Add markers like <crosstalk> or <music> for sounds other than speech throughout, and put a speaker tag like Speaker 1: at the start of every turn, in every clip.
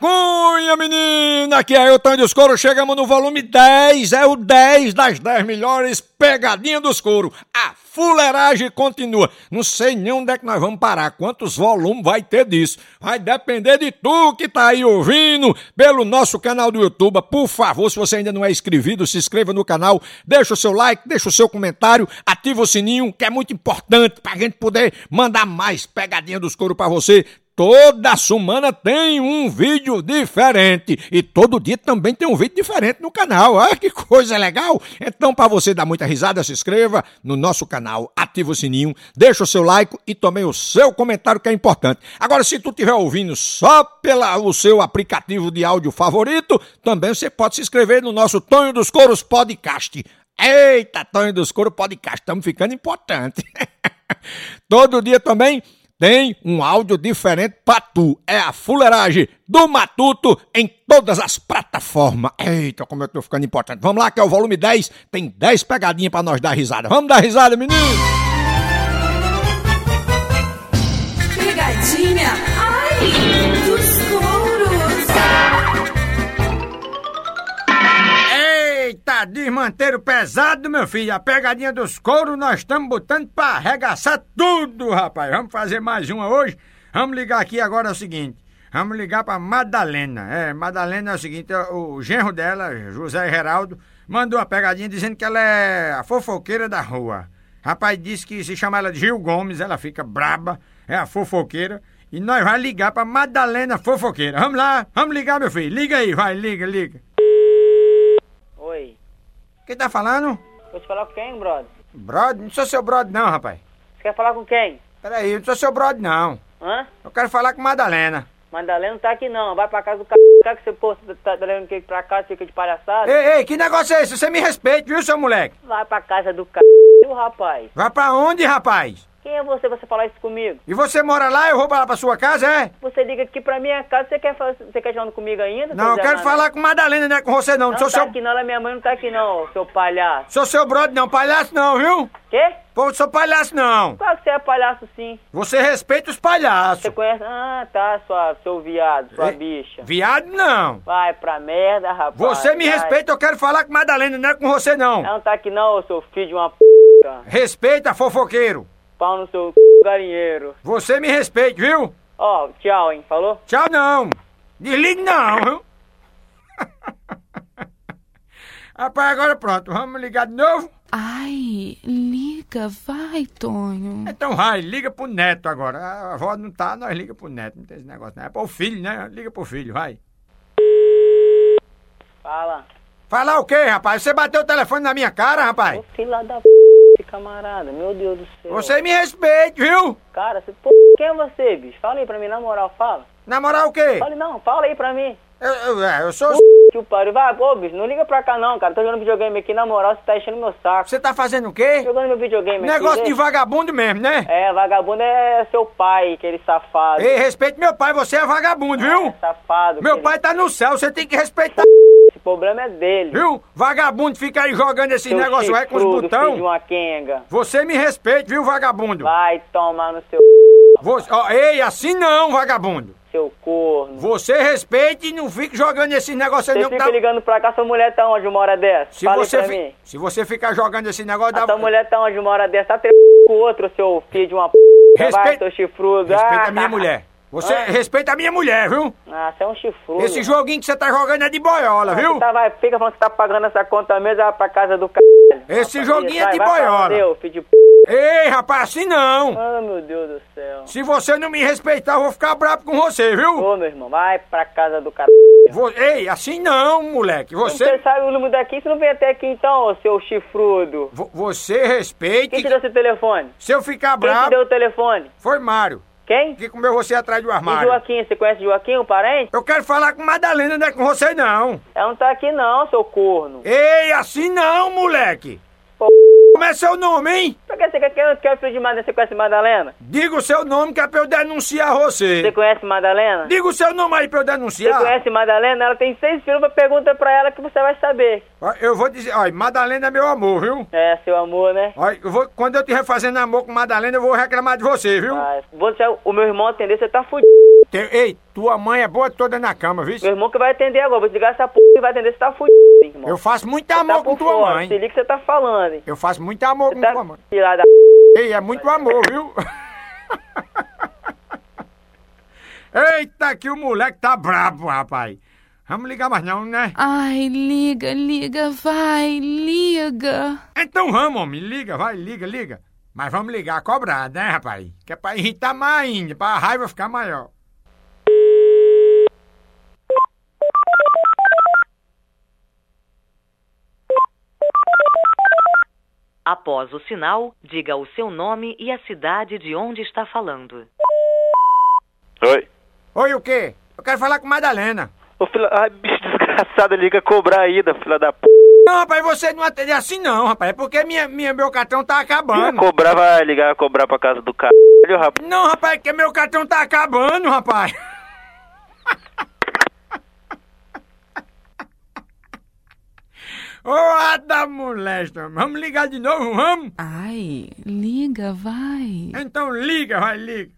Speaker 1: Cunha, menina, que é eu Tânio dos Couro. Chegamos no volume 10, é o 10 das 10 melhores pegadinhas dos couro. A fuleiragem continua. Não sei nem onde é que nós vamos parar, quantos volumes vai ter disso. Vai depender de tu que tá aí ouvindo pelo nosso canal do YouTube. Por favor, se você ainda não é inscrito, se inscreva no canal, deixa o seu like, deixa o seu comentário, ativa o sininho, que é muito importante pra gente poder mandar mais pegadinha dos couro pra você. Toda semana tem um vídeo diferente e todo dia também tem um vídeo diferente no canal. Ah, que coisa legal! Então, para você dar muita risada, se inscreva no nosso canal, ativa o sininho, deixa o seu like e também o seu comentário que é importante. Agora, se tu estiver ouvindo só pelo seu aplicativo de áudio favorito, também você pode se inscrever no nosso Tonho dos Coros Podcast. Eita, Tonho dos Coros Podcast, estamos ficando importante. <laughs> todo dia também tem um áudio diferente pra tu. É a fuleiragem do Matuto em todas as plataformas. Eita, como eu tô ficando importante. Vamos lá, que é o volume 10. Tem 10 pegadinhas pra nós dar risada. Vamos dar risada, menino!
Speaker 2: Pegadinha, ai, dos couros.
Speaker 1: Eita, desmanteiro pesado, meu filho. A pegadinha dos couros nós estamos botando pra arregaçar tudo, rapaz. Vamos fazer mais uma hoje. Vamos ligar aqui agora é o seguinte. Vamos ligar pra Madalena. É, Madalena é o seguinte, o genro dela, José Geraldo, mandou a pegadinha dizendo que ela é a fofoqueira da rua. Rapaz, disse que se chama ela de Gil Gomes, ela fica braba, é a fofoqueira. E nós vamos ligar pra Madalena Fofoqueira. Vamos lá, vamos ligar, meu filho. Liga aí, vai, liga, liga.
Speaker 3: Oi.
Speaker 1: Quem tá falando?
Speaker 3: Vou te falar com quem, brother?
Speaker 1: Brother, não sou seu brother não, rapaz.
Speaker 3: Você quer falar com quem?
Speaker 1: Peraí, eu não sou seu brother não.
Speaker 3: Hã?
Speaker 1: Eu quero falar com Madalena.
Speaker 3: Madalena não tá aqui não. Vai pra casa do c... Cara que você pô, tá- tá levando cake pra casa, fica de palhaçada.
Speaker 1: Ei, ei, que negócio é esse? Você me respeita, viu, seu moleque?
Speaker 3: Vai pra casa do c... rapaz.
Speaker 1: Vai pra onde, rapaz?
Speaker 3: Quem é você pra você falar isso comigo?
Speaker 1: E você mora lá, eu vou pra lá pra sua casa, é?
Speaker 3: Você liga aqui pra minha casa, você quer, fa- você quer falando comigo ainda? seu
Speaker 1: Não, eu
Speaker 3: Zé
Speaker 1: quero
Speaker 3: Mané?
Speaker 1: falar com Madalena, não é com você não.
Speaker 3: Não
Speaker 1: Não
Speaker 3: tá
Speaker 1: sou seu,
Speaker 3: aqui não, ela é minha mãe não tá aqui não, ô, seu palhaço.
Speaker 1: sou seu brother não, palhaço não, viu?
Speaker 3: Quê?
Speaker 1: Pô, não sou palhaço não.
Speaker 3: Claro que você é palhaço sim.
Speaker 1: Você respeita os
Speaker 3: Você
Speaker 1: palhaços.
Speaker 3: conhece... Ah, tá, sua, seu viado, sua
Speaker 1: Ei,
Speaker 3: bicha.
Speaker 1: Viado não.
Speaker 3: Vai pra merda, rapaz.
Speaker 1: Você me
Speaker 3: Vai.
Speaker 1: respeita, eu quero falar com Madalena, não é com você não.
Speaker 3: Ela não tá aqui não, ô, seu filho de uma p...
Speaker 1: Respeita, fofoqueiro.
Speaker 3: Pau no seu c... galinheiro.
Speaker 1: Você me respeita, viu?
Speaker 3: Ó, tchau, hein? Falou?
Speaker 1: Tchau não. Desligue não, viu? Rapaz, agora pronto. Vamos ligar de novo?
Speaker 4: Ai, liga, vai, Tonho.
Speaker 1: Então vai, liga pro neto agora. A avó não tá, nós liga pro neto. Não tem esse negócio, não. É pro filho, né? Liga pro filho, vai.
Speaker 3: Fala.
Speaker 1: Falar o quê, rapaz? Você bateu o telefone na minha cara,
Speaker 3: Ô,
Speaker 1: rapaz?
Speaker 3: filho lá da p, camarada. Meu Deus do céu.
Speaker 1: Você me respeita, viu?
Speaker 3: Cara, você... Pô, quem é você, bicho? Fala aí pra mim, na moral, fala.
Speaker 1: Namorar o quê?
Speaker 3: Fala não, fala aí pra mim.
Speaker 1: Eu, eu, é, eu sou.
Speaker 3: Que o pariu. Vai, ô, bicho, não liga pra cá não, cara. Tô jogando videogame aqui, na moral, você tá enchendo meu saco.
Speaker 1: Você tá fazendo o quê?
Speaker 3: Jogando meu videogame
Speaker 1: Negócio
Speaker 3: aqui.
Speaker 1: de
Speaker 3: deixa.
Speaker 1: vagabundo mesmo, né?
Speaker 3: É, vagabundo é seu pai, aquele safado.
Speaker 1: Ei, respeite meu pai, você é vagabundo,
Speaker 3: É,
Speaker 1: viu?
Speaker 3: safado.
Speaker 1: Meu
Speaker 3: aquele-
Speaker 1: pai tá no céu, você tem que respeitar.
Speaker 3: Esse problema é dele.
Speaker 1: Viu? Vagabundo fica aí jogando esses
Speaker 3: Seu
Speaker 1: negócios aí é com os
Speaker 3: chifrudo, filho de
Speaker 1: botão.
Speaker 3: uma quenga.
Speaker 1: Você me respeita, viu, vagabundo?
Speaker 3: Vai tomar no seu...
Speaker 1: Você, ó, ei, assim não, vagabundo.
Speaker 3: Seu corno.
Speaker 1: Você respeite e não fique jogando esses negócios aí
Speaker 3: Você
Speaker 1: não que
Speaker 3: fica
Speaker 1: tá...
Speaker 3: ligando pra cá, sua mulher tá onde uma hora dessa?
Speaker 1: Se
Speaker 3: Fala aí
Speaker 1: você,
Speaker 3: pra
Speaker 1: fi-
Speaker 3: mim.
Speaker 1: se você ficar jogando esse negócio
Speaker 3: A
Speaker 1: da
Speaker 3: tua mulher tá onde uma hora dessa? Tá tre... com o outro, seu filho de uma p. Vai,
Speaker 1: Respeita-
Speaker 3: seu chifrudo.
Speaker 1: Respeita
Speaker 3: Ah,
Speaker 1: a minha mulher. Você
Speaker 3: Ah.
Speaker 1: respeita a minha mulher, viu?
Speaker 3: Ah, você é um chifrudo.
Speaker 1: Esse joguinho que você tá jogando é de boiola, viu?
Speaker 3: Você tá, vai, fica falando que tá pagando essa conta mesmo, vai pra casa do c.
Speaker 1: Esse joguinho é de boiola.
Speaker 3: Meu filho de p.
Speaker 1: Ei, rapaz, assim não.
Speaker 3: Ah, meu Deus do céu.
Speaker 1: Se você não me respeitar, eu vou ficar bravo com você, viu?
Speaker 3: Ô, meu irmão, vai pra casa do c.
Speaker 1: Vo- Ei, assim não, moleque.
Speaker 3: Você
Speaker 1: Você,
Speaker 3: sabe o número daqui, você não vem até aqui então, ô, seu chifrudo.
Speaker 1: vo- você
Speaker 3: Quem
Speaker 1: respeite.
Speaker 3: te deu seu telefone?
Speaker 1: Se eu ficar
Speaker 3: Quem te
Speaker 1: bravo,
Speaker 3: deu o telefone?
Speaker 1: foi Mário.
Speaker 3: Quem?
Speaker 1: Que comeu você atrás do
Speaker 3: E
Speaker 1: armário.
Speaker 3: Joaquim, você conhece Joaquim, o parente?
Speaker 1: Eu quero falar com Madalena, não é com você não.
Speaker 3: Ela não tá aqui não, seu corno.
Speaker 1: Ei, assim não, moleque.
Speaker 3: Pô.
Speaker 1: Como é seu nome, hein?
Speaker 3: Por que você quer, quer, quer o filho de Madalena? Você conhece Madalena?
Speaker 1: Diga o seu nome que é pra eu denunciar
Speaker 3: Você
Speaker 1: você.
Speaker 3: conhece Madalena?
Speaker 1: Diga o seu nome aí pra eu
Speaker 3: Você
Speaker 1: denunciar.
Speaker 3: conhece Madalena? Ela tem seis filhos, mas pergunta pra ela que você vai saber.
Speaker 1: Ó, Eu vou dizer, olha, Madalena é meu amor, viu?
Speaker 3: É, seu amor, né?
Speaker 1: Olha, eu vou, quando eu estiver fazendo amor com Madalena, eu vou reclamar de você, viu?
Speaker 3: Mas, Ah, você, é o meu irmão atender, você tá fudido.
Speaker 1: Tem- ei, tua mãe é boa toda na cama, viu?
Speaker 3: Meu irmão que vai atender agora. Vou desligar essa p*** que vai atender, você tá fudido, hein, irmão.
Speaker 1: Eu faço muito
Speaker 3: Você tá
Speaker 1: amor com
Speaker 3: por
Speaker 1: tua
Speaker 3: fora.
Speaker 1: mãe.
Speaker 3: Se liga que você tá falando, hein.
Speaker 1: Eu faço muito amor
Speaker 3: Você
Speaker 1: com
Speaker 3: tá
Speaker 1: tua mãe.
Speaker 3: filha da
Speaker 1: Ei, é muito amor, viu? <laughs> Eita, que o moleque tá brabo, rapaz. Vamos ligar mais não, né?
Speaker 4: Ai, liga, liga, vai, liga.
Speaker 1: Então vamos, homem. Liga, vai, liga, liga. Mas vamos ligar cobrado, né, rapaz? Que é pra irritar mais ainda, pra raiva ficar maior.
Speaker 5: Após o sinal, diga o seu nome e a cidade de onde está falando.
Speaker 6: Oi.
Speaker 1: Oi, o quê? Eu quero falar com Madalena.
Speaker 6: Ô, filha... Ai, bicho desgraçado, liga cobrar aí da filha da p...
Speaker 1: Não, rapaz, você não atende assim não, rapaz. É porque minha, minha, meu cartão tá
Speaker 6: Liga
Speaker 1: acabando.
Speaker 6: cobrar, vai ligar cobrar pra casa do caralho, rapaz.
Speaker 1: Não, rapaz, que meu cartão tá acabando, rapaz. Ô, oh, da molesta. Vamos ligar de novo, vamos?
Speaker 4: Ai, liga, vai.
Speaker 1: Então liga, vai, liga.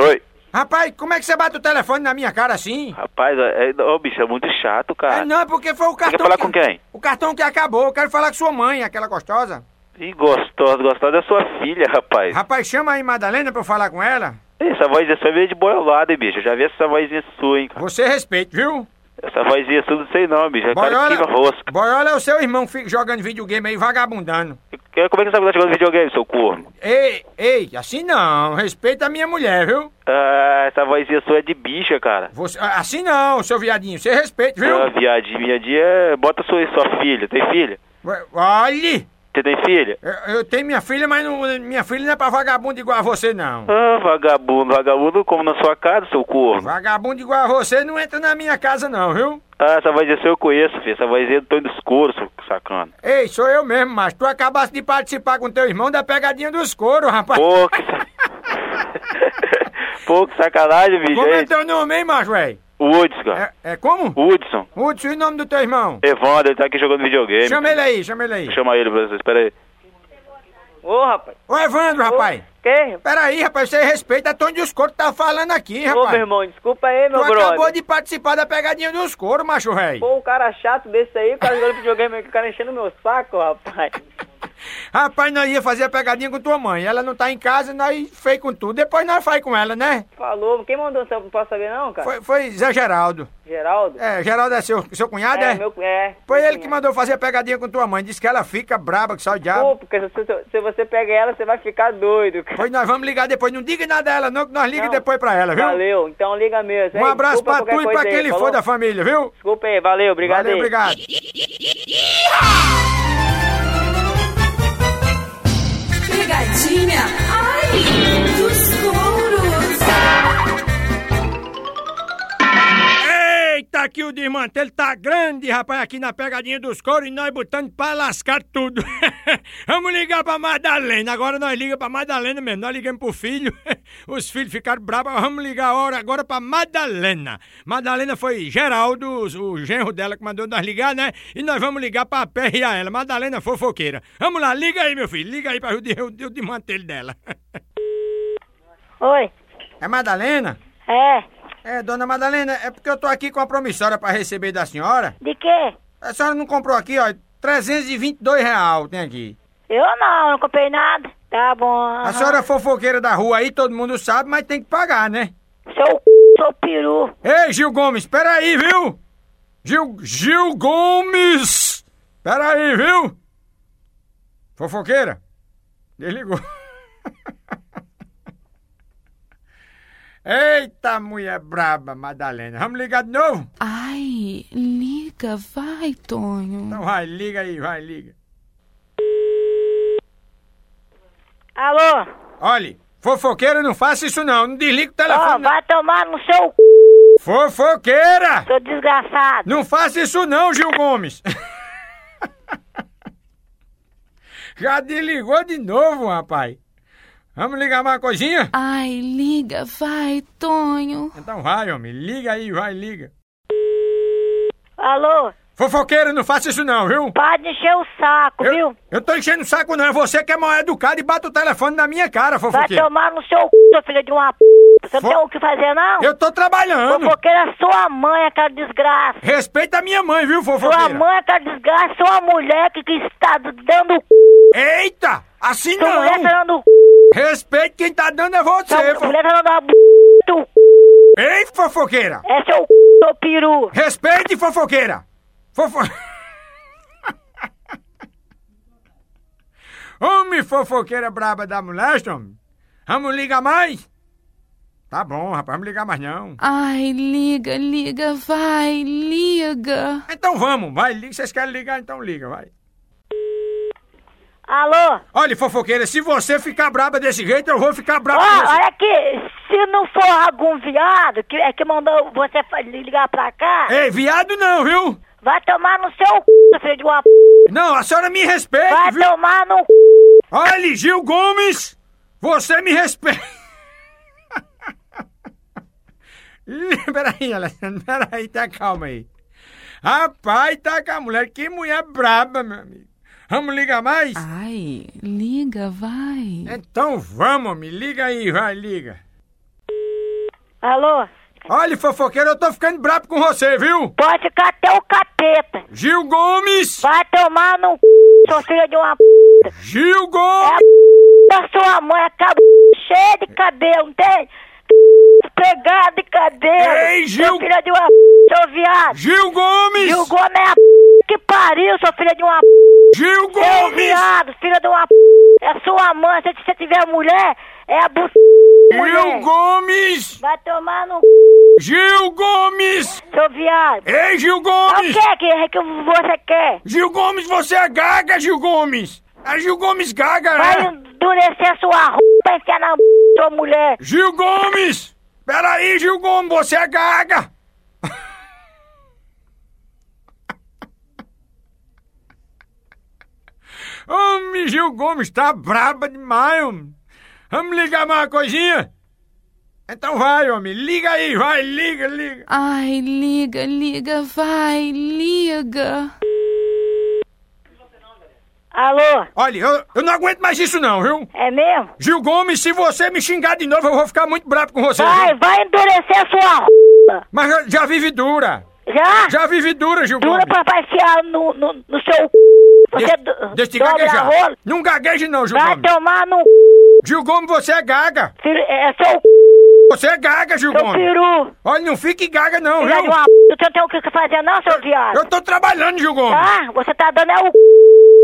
Speaker 6: Oi.
Speaker 1: Rapaz, como é que você bate o telefone na minha cara assim?
Speaker 6: Rapaz, é... é- ô, bicho, é muito chato,
Speaker 1: É,
Speaker 6: cara.
Speaker 1: não, é porque foi o cartão
Speaker 6: falar
Speaker 1: que...
Speaker 6: com quem?
Speaker 1: O cartão que acabou. Eu quero falar com sua mãe, aquela gostosa.
Speaker 6: Ih, gostosa, gostosa é sua filha, rapaz.
Speaker 1: Rapaz, chama aí Madalena pra eu falar com ela.
Speaker 6: Essa vozinha sua é meio de boiolada, hein, bicho. Eu já vi essa vozinha sua, hein, cara.
Speaker 1: Você respeita, viu?
Speaker 6: Essa vozinha sua, não sei não, bicho. É cara que queima rosca.
Speaker 1: Borola é o seu irmão que fica jogando videogame aí vagabundando.
Speaker 6: Que- Como é que você tá jogando videogame, seu corno?
Speaker 1: Ei, ei, assim não. Respeita a minha mulher, viu?
Speaker 6: Ah, essa vozinha sua é de bicha, cara.
Speaker 1: Você, ah, assim não, seu viadinho. Você respeita, viu?
Speaker 6: Ah, viadinha, minha dia, bota sua, sua filha. Tem filha?
Speaker 1: Ué,
Speaker 6: Ah.
Speaker 1: Olhe,
Speaker 6: Você tem filha?
Speaker 1: eu, eu tenho minha filha, mas não, minha filha não é pra vagabundo igual a você, não.
Speaker 6: Ah, vagabundo, vagabundo, como na sua casa, seu corno.
Speaker 1: Vagabundo igual a você não entra na minha casa, não, viu?
Speaker 6: Ah, essa vozinha sua eu conheço, filho. Essa vozinha do Tony dos Couros, seu sacana.
Speaker 1: Ei, sou eu mesmo, mas tu acabaste de participar com teu irmão da pegadinha dos couro, rapaz.
Speaker 6: Pô, que... sa- Pô, que sacanagem, bicho.
Speaker 1: como é
Speaker 6: hein?
Speaker 1: teu nome, hein, macho, véi?
Speaker 6: Woods, cara.
Speaker 1: É, é como?
Speaker 6: Woodson.
Speaker 1: Hudson, e o nome do teu irmão?
Speaker 6: Evandro, ele tá aqui jogando videogame.
Speaker 1: Chama ele aí, chama ele aí.
Speaker 6: Chama ele pra vocês, pera aí.
Speaker 3: Ô, rapaz.
Speaker 1: Ô, Evandro, rapaz.
Speaker 3: Que?
Speaker 1: Peraí, rapaz, você respeita a Tony dos Couro tá falando aqui,
Speaker 3: Ô, meu
Speaker 1: rapaz.
Speaker 3: irmão, desculpa aí,
Speaker 1: Tu
Speaker 3: meu
Speaker 1: acabou
Speaker 3: brother.
Speaker 1: de participar da pegadinha dos couro, macho véi.
Speaker 3: Pô, o cara chato desse aí, o cara jogando videogame aqui, o cara enchendo tá meu saco, rapaz.
Speaker 1: Rapaz, nós ia fazer a pegadinha com tua mãe. Ela não tá em casa, nós fez com tudo. Depois nós faz com ela, né?
Speaker 3: Falou, quem mandou essa? Não posso saber não, cara?
Speaker 1: Foi, foi Zé Geraldo.
Speaker 3: Geraldo?
Speaker 1: É, Geraldo é seu, seu cunhado, é?
Speaker 3: meu, é.
Speaker 1: Foi
Speaker 3: meu
Speaker 1: ele que
Speaker 3: cunhado.
Speaker 1: mandou fazer a pegadinha com tua mãe. Disse que ela fica braba, que só o diabo.
Speaker 3: Pô, porque se, se- se você pega ela, você vai ficar doido, cara.
Speaker 1: Pois nós vamos ligar depois. Não diga nada a ela, não, que nós liga
Speaker 3: Não.
Speaker 1: depois pra ela, viu?
Speaker 3: Valeu, então liga mesmo.
Speaker 1: Um
Speaker 3: hein?
Speaker 1: abraço pra
Speaker 3: Desculpa
Speaker 1: tu
Speaker 3: qualquer
Speaker 1: e pra
Speaker 3: coisa aí,
Speaker 1: quem ele for
Speaker 3: falou?
Speaker 1: da família, viu?
Speaker 3: Desculpa aí, valeu, obrigado
Speaker 1: Valeu,
Speaker 3: aí.
Speaker 1: obrigado.
Speaker 2: Pegadinha, ai, dos touros.
Speaker 1: Eita, que o desmantelo tá grande, rapaz, aqui na pegadinha dos couro e nós botando pra lascar tudo. <laughs> Vamos ligar pra Madalena. Agora nós ligamos pra Madalena mesmo. Nós ligamos pro filho. <laughs> Os filhos ficaram bravos. Vamos ligar a hora agora pra Madalena. Madalena foi Geraldo, o o genro dela que mandou nós ligar, né? E nós vamos ligar pra aperrear ela. Madalena fofoqueira. Vamos lá, liga aí, meu filho. Liga aí pra eu de- eu de- eu desmantelho dela. <laughs>
Speaker 7: Oi,
Speaker 1: É Madalena?
Speaker 7: é,
Speaker 1: É, dona Madalena, é porque eu tô aqui com a promissória pra receber da senhora.
Speaker 7: de quê?
Speaker 1: A senhora não comprou aqui, ó, 322 real tem aqui.
Speaker 7: Eu não, não comprei nada. Tá bom. aham.
Speaker 1: A senhora é fofoqueira da rua aí, todo mundo sabe, mas tem que pagar, né?
Speaker 7: Seu c... seu peru.
Speaker 1: Ei, Gil Gomes, peraí, viu? Gil, Gil Gomes! Peraí, viu? Fofoqueira? Desligou. Eita, mulher braba, Madalena. Vamos ligar de novo?
Speaker 4: Ai, liga, vai, Tonho.
Speaker 1: Então vai, liga aí, vai, liga.
Speaker 7: Alô?
Speaker 1: Olhe, fofoqueira, não faça isso não. Não desliga o
Speaker 7: Ó,
Speaker 1: telefone. não.
Speaker 7: vai tomar no seu c...
Speaker 1: Fofoqueira!
Speaker 7: seu desgraçado.
Speaker 1: Não faça isso não, Gil Gomes! <laughs> Já desligou de novo, rapaz. Vamos ligar mais uma coisinha?
Speaker 4: Ai, liga, vai, Tonho.
Speaker 1: Então vai, homem. Liga aí, vai, liga.
Speaker 8: Alô?
Speaker 1: Fofoqueiro, não faça isso não, viu?
Speaker 8: Para de encher o saco,
Speaker 1: Eu,
Speaker 8: viu?
Speaker 1: eu tô enchendo o saco não, é você que é mal educado e bate o telefone na minha cara,
Speaker 8: Vai
Speaker 1: fofoqueiro.
Speaker 8: tomar no seu c, seu filho de uma p. Você
Speaker 1: Fo-
Speaker 8: não tem o que fazer, não?
Speaker 1: Eu tô trabalhando.
Speaker 8: Fofoqueira é sua mãe, aquela desgraça.
Speaker 1: Respeita a minha mãe, viu,
Speaker 8: Sua
Speaker 1: fofoqueira?
Speaker 8: mãe, aquela desgraça, sua mulher que, que está dando o c.
Speaker 1: Eita, assim
Speaker 8: Sua
Speaker 1: não.
Speaker 8: mulher tá dando o c.
Speaker 1: Respeite quem tá dando é você.
Speaker 8: Sua
Speaker 1: Fo...
Speaker 8: mulher tá dando a b. do c.
Speaker 1: Ei, fofoqueira.
Speaker 8: É seu c, seu peru.
Speaker 1: Respeite, fofoqueira! Fofo... <laughs> homem, fofoqueira braba da molesta, homem! Vamos ligar mais? Tá bom, rapaz, vamos ligar mais não.
Speaker 9: Ai, liga, liga, vai, liga.
Speaker 1: Então vamos, vai, liga. Vocês querem ligar, então liga, vai.
Speaker 8: Alô?
Speaker 1: Olha, fofoqueira, se você ficar braba desse jeito, eu vou ficar
Speaker 8: Ó,
Speaker 1: braba com você.
Speaker 8: olha aqui, se não for algum viado que, é que mandou você fa- ligar pra cá,
Speaker 1: Ei, viado não, viu?
Speaker 8: vai tomar no seu c, seu filho é de uma p.
Speaker 1: Não, a senhora me respeita,
Speaker 8: Vai
Speaker 1: viu?
Speaker 8: tomar no c.
Speaker 1: Olha, Gil Gomes, você me respeita. <laughs> Ih, peraí, Alessandro, peraí, tá calma aí. Rapaz, tá com a mulher, que mulher braba, meu amigo. Vamos ligar mais?
Speaker 9: Ai, liga, vai.
Speaker 1: Então vamos, me liga aí, vai, liga.
Speaker 8: Alô?
Speaker 1: Olha, fofoqueiro, eu tô ficando brabo com você, viu?
Speaker 8: Pode ficar até o capeta.
Speaker 1: Gil Gomes!
Speaker 8: Vai tomar no c, sua filha de uma p.
Speaker 1: Gil
Speaker 8: É
Speaker 1: Gomes!
Speaker 8: a p da sua mãe, a cab... cheia de cabelo, não tem? Pregado de cabelo.
Speaker 1: Ei, Gil-
Speaker 8: Seu filho de uma p, seu viado.
Speaker 1: Gil Gomes!
Speaker 8: Gil Gomes é a p que pariu, seu filho de uma p.
Speaker 1: Gil
Speaker 8: Seu
Speaker 1: Gomes!
Speaker 8: viado, filho de uma p. É sua mãe, se você tiver mulher, é a bu...
Speaker 1: Gil
Speaker 8: mulher.
Speaker 1: Gomes!
Speaker 8: Vai tomar no c,
Speaker 1: Gil Gomes!
Speaker 8: seu viado.
Speaker 1: Ei, Gil
Speaker 8: O
Speaker 1: Gomes!
Speaker 8: que que, que você quer?
Speaker 1: Gil Gomes, você é gaga, Gil Gomes! É Gil Gomes gaga,
Speaker 8: Vai
Speaker 1: né?
Speaker 8: endurecer sua roupa, enfiar na b... sua mulher.
Speaker 1: Gil Gomes! Peraí, Gil Gomes, você é gaga! <laughs> Homem, Gil Gomes, tá braba demais, homem. Vamos ligar mais uma coisinha? Então vai, homem, liga aí, vai, liga, liga.
Speaker 9: Ai, liga, liga, vai, liga.
Speaker 8: Alô,
Speaker 1: Olha, eu, eu não aguento mais isso não, viu?
Speaker 8: é mesmo?
Speaker 1: Gil Gomes, se você me xingar de novo, eu vou ficar muito bravo com você.
Speaker 8: Vai,
Speaker 1: viu?
Speaker 8: vai endurecer sua roupa.
Speaker 1: Mas eu já vive dura.
Speaker 8: Já?
Speaker 1: Já vive dura, Gil
Speaker 8: Dura
Speaker 1: Gomes.
Speaker 8: pra passear no, no, no seu c. Você do-
Speaker 1: Deixa, deixa te
Speaker 8: dobra
Speaker 1: gaguejar.
Speaker 8: rolo.
Speaker 1: Não gagueje não, Gil
Speaker 8: Vai
Speaker 1: Gomes.
Speaker 8: tomar no c.
Speaker 1: Gil Gomes, você é gaga.
Speaker 8: filho- É seu c,
Speaker 1: Você é gaga, Gil
Speaker 8: seu
Speaker 1: Gomes.
Speaker 8: peru.
Speaker 1: Olha, não fique gaga não,
Speaker 8: Filha de
Speaker 1: viu?
Speaker 8: uma p. Você não tem o que fazer não, seu viado.
Speaker 1: Eu tô trabalhando, Gil Gomes.
Speaker 8: Tá? Você tá dando é o c.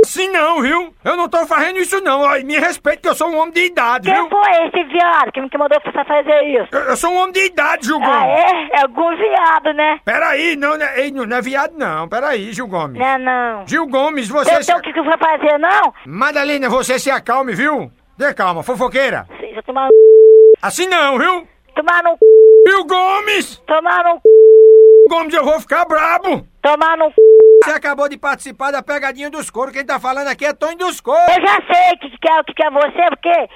Speaker 1: Sim não, viu? Eu não tô fazendo isso não. Olha, me respeite que eu sou um homem de idade,
Speaker 8: Quem
Speaker 1: viu?
Speaker 8: foi esse viado que me que mandou você fazer isso?
Speaker 1: Eu, eu sou um homem de idade, Gil
Speaker 8: Ah,
Speaker 1: Gomes.
Speaker 8: é? É algum viado, né?
Speaker 1: Peraí, não, não, ei, não, não é viado não. Peraí, Gil Gomes.
Speaker 8: Né, não.
Speaker 1: Gil Gomes,
Speaker 8: Você
Speaker 1: você...
Speaker 8: não tem o que vai fazer não?
Speaker 1: Madalena, você se acalme, viu? Dê calma, fofoqueira.
Speaker 8: Se se tomar,
Speaker 1: Assim não, viu?
Speaker 8: tomar no c.
Speaker 1: Gil Gomes!
Speaker 8: Tomar no c.
Speaker 1: Gomes, eu vou ficar brabo!
Speaker 8: Tomar no c.
Speaker 1: Você acabou de participar da pegadinha dos couro. Quem tá falando aqui é Tony dos couro.
Speaker 8: Eu já sei que, que é, o que é você, porque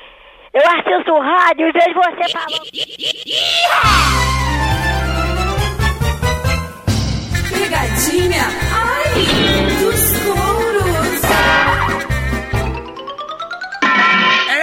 Speaker 8: eu assisto o rádio e vejo você falando.
Speaker 2: Pegadinha, ai, dos couros.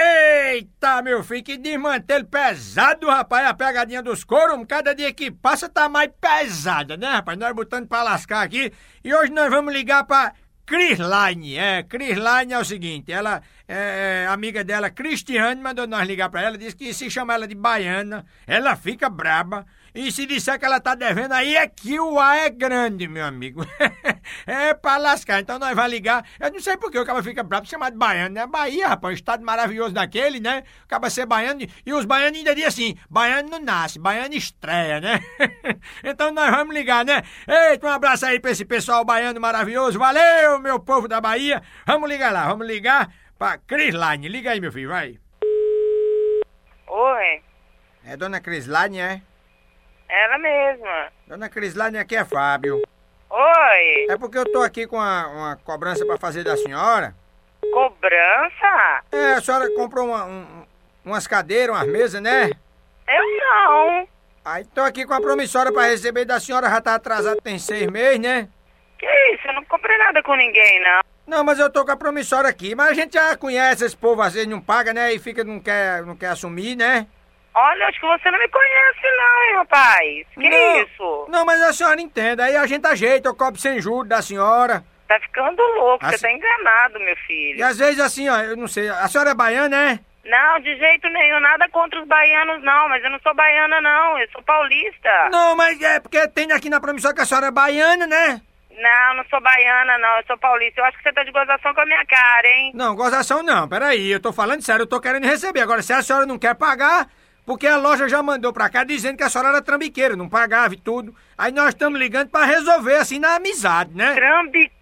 Speaker 1: Eita, meu filho, que desmantelo pesado, rapaz. A pegadinha dos couro, cada dia que passa tá mais pesada, né, rapaz? Nós botando pra lascar aqui. E hoje nós vamos ligar pra Crisline. É, Crisline é o seguinte, ela, é, é, amiga dela, Cristiane, mandou nós ligar pra ela, disse que se chama ela de baiana, ela fica braba. E se disser que ela tá devendo, aí é que o A é grande, meu amigo. <laughs> é pra lascar. Então nós vamos ligar. Eu não sei por que o cara fica brabo de chamar de baiano, né? Bahia, rapaz, um estado maravilhoso daquele, né? Acaba ser baiano. E os baianos ainda dizem assim: baiano não nasce, baiano estreia, né? <laughs> então nós vamos ligar, né? Eita, um abraço aí pra esse pessoal baiano maravilhoso. Valeu, meu povo da Bahia. Vamos ligar lá, vamos ligar pra Crisline. Liga aí, meu filho, vai.
Speaker 10: Oi,
Speaker 1: É dona Crisline, é?
Speaker 10: ela mesma.
Speaker 1: Dona Crisline aqui é Fábio.
Speaker 10: Oi,
Speaker 1: É porque eu tô aqui com uma, uma cobrança pra fazer da senhora.
Speaker 10: cobrança?
Speaker 1: É, a senhora comprou uma- um- umas cadeiras, umas mesas, né?
Speaker 10: Eu não.
Speaker 1: Aí tô aqui com a promissória pra receber da senhora, já tá atrasado tem seis meses, né?
Speaker 10: Que isso? Eu não comprei nada com ninguém, não.
Speaker 1: Não, mas eu tô com a promissória aqui, mas a gente já conhece esse povo, às vezes não paga, né? E fica, não quer, não quer assumir, né?
Speaker 10: Olha, acho que você não me conhece, não, hein, rapaz. Que
Speaker 1: não,
Speaker 10: isso?
Speaker 1: Não, mas a senhora entende, aí a gente ajeita, eu cobro sem juros da senhora.
Speaker 10: Tá ficando louco,
Speaker 1: Assim-
Speaker 10: você tá enganado, meu
Speaker 1: E
Speaker 10: filho.
Speaker 1: às vezes assim, ó, eu não sei, a senhora é baiana, né?
Speaker 10: Não, de jeito nenhum, nada contra os baianos, não, mas eu não sou baiana, não, eu sou paulista.
Speaker 1: Não, mas é porque tem aqui na promissória que a senhora é baiana, né?
Speaker 10: Não, não sou baiana, não, eu sou paulista. Eu acho que você tá de gozação com a minha cara, hein?
Speaker 1: Não, gozação não, peraí, eu tô falando sério, eu tô querendo receber. Agora, se a senhora não quer pagar, porque a loja já mandou pra cá dizendo que a senhora era trambiqueira, não pagava e tudo. Aí nós estamos ligando pra resolver, assim, na amizade, né?
Speaker 10: Trambiqueira!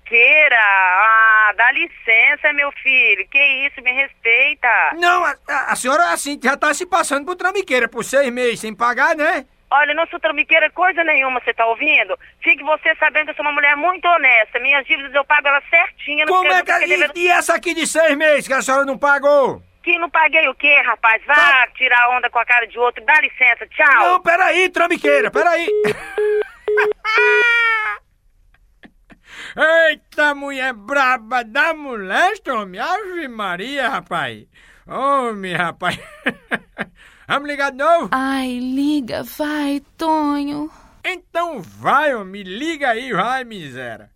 Speaker 10: Ah, dá licença, meu filho. Que isso, me respeita.
Speaker 1: Não, a, a- a senhora, assim, já tá se passando por trambiqueira por seis meses sem pagar, né?
Speaker 10: Olha, eu não sou trambiqueira coisa nenhuma, você tá ouvindo? Fique você sabendo que eu sou uma mulher muito honesta. Minhas dívidas eu pago elas certinhas. não
Speaker 1: Como
Speaker 10: fiquei-
Speaker 1: é que...
Speaker 10: não fiquei
Speaker 1: E,
Speaker 10: devendo-
Speaker 1: e essa aqui de seis meses que a senhora não pagou?
Speaker 10: Que não paguei o quê, rapaz? Vá tirar onda com a cara de outro. Dá licença, tchau.
Speaker 1: Não, peraí, trambiqueira, peraí. Eita, mulher braba da molesta, homem. Ave Maria, rapaz. Homem, rapaz. <laughs> Vamos ligar de novo?
Speaker 4: Ai, liga, vai, Tonho.
Speaker 1: Então vai, homem. Liga aí, vai, miséria.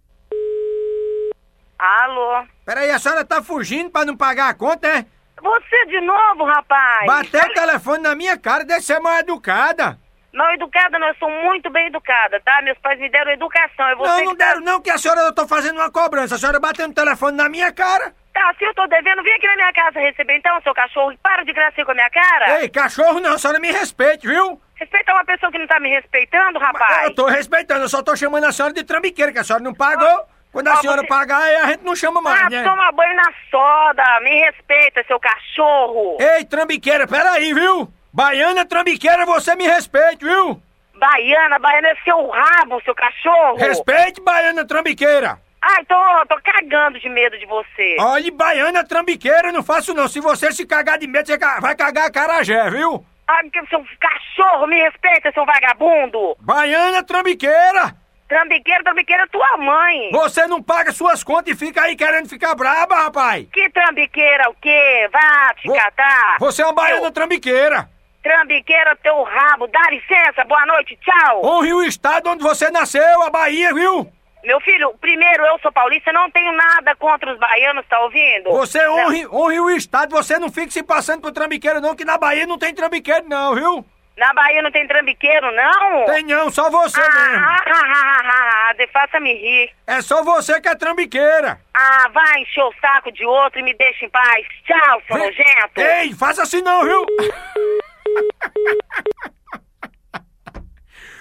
Speaker 10: Alô?
Speaker 1: Peraí, a senhora tá fugindo pra não pagar a conta, é?
Speaker 10: Você de novo, rapaz?
Speaker 1: Bateu o telefone na minha cara, deve ser mal educada.
Speaker 10: Não, educada não, eu sou muito bem educada, tá? Meus pais me deram educação. É você
Speaker 1: Não,
Speaker 10: que
Speaker 1: não
Speaker 10: tá-
Speaker 1: deram não, que a senhora, eu tô fazendo uma cobrança. A senhora bateu o telefone na minha cara.
Speaker 10: Tá, se eu tô devendo, vem aqui na minha casa receber então, seu cachorro, e para de gracinha com a minha cara.
Speaker 1: Ei, cachorro não, a senhora me respeite, viu?
Speaker 10: É. Respeita uma pessoa que não tá me respeitando, rapaz.
Speaker 1: Eu tô respeitando, eu só tô chamando a senhora de trambiqueira, que a senhora não pagou. Quando a
Speaker 10: Ah,
Speaker 1: senhora
Speaker 10: você-
Speaker 1: pagar, aí a gente não chama mais,
Speaker 10: Ah,
Speaker 1: né?
Speaker 10: toma banho na soda, me respeita, seu cachorro.
Speaker 1: Ei, trambiqueira, peraí, viu? Baiana trambiqueira, você me respeite, viu?
Speaker 10: Baiana, baiana é seu rabo, seu cachorro.
Speaker 1: Respeite, baiana trambiqueira.
Speaker 10: Ah, então ó, tô cagando de medo de você.
Speaker 1: Olhe, baiana trambiqueira, eu não faço não. Se você se cagar de medo, você ca- vai cagar a carajé, viu?
Speaker 10: Ah, que seu cachorro, me respeita, seu vagabundo.
Speaker 1: Baiana trambiqueira,
Speaker 10: Trambiqueira, trambiqueira é tua mãe.
Speaker 1: você não paga suas contas e fica aí querendo ficar braba, rapaz.
Speaker 10: Que trambiqueira o quê? Vá te
Speaker 1: Vo-
Speaker 10: catar.
Speaker 1: Você é uma baiana
Speaker 10: Seu
Speaker 1: trambiqueira.
Speaker 10: Trambiqueira, teu rabo. Dá licença, boa noite, tchau.
Speaker 1: Honre o estado onde você nasceu, a Bahia, viu?
Speaker 10: Meu filho, primeiro, eu sou paulista, não tenho nada contra os baianos, tá ouvindo?
Speaker 1: Você
Speaker 10: Não.
Speaker 1: honre, honre o Estado, você não fique se passando por trambiqueiro, não, que na Bahia não tem trambiqueiro, não, viu?
Speaker 10: Na Bahia não tem trambiqueiro, não?
Speaker 1: Tem não, só você
Speaker 10: Ah,
Speaker 1: mesmo.
Speaker 10: ah, ah, ah, ah, ah, de- faça-me rir.
Speaker 1: É só você que é trambiqueira.
Speaker 10: Ah, vai encher o saco de outro e me deixa em paz. Tchau, seu nojento.
Speaker 1: Ei, faça assim não, viu?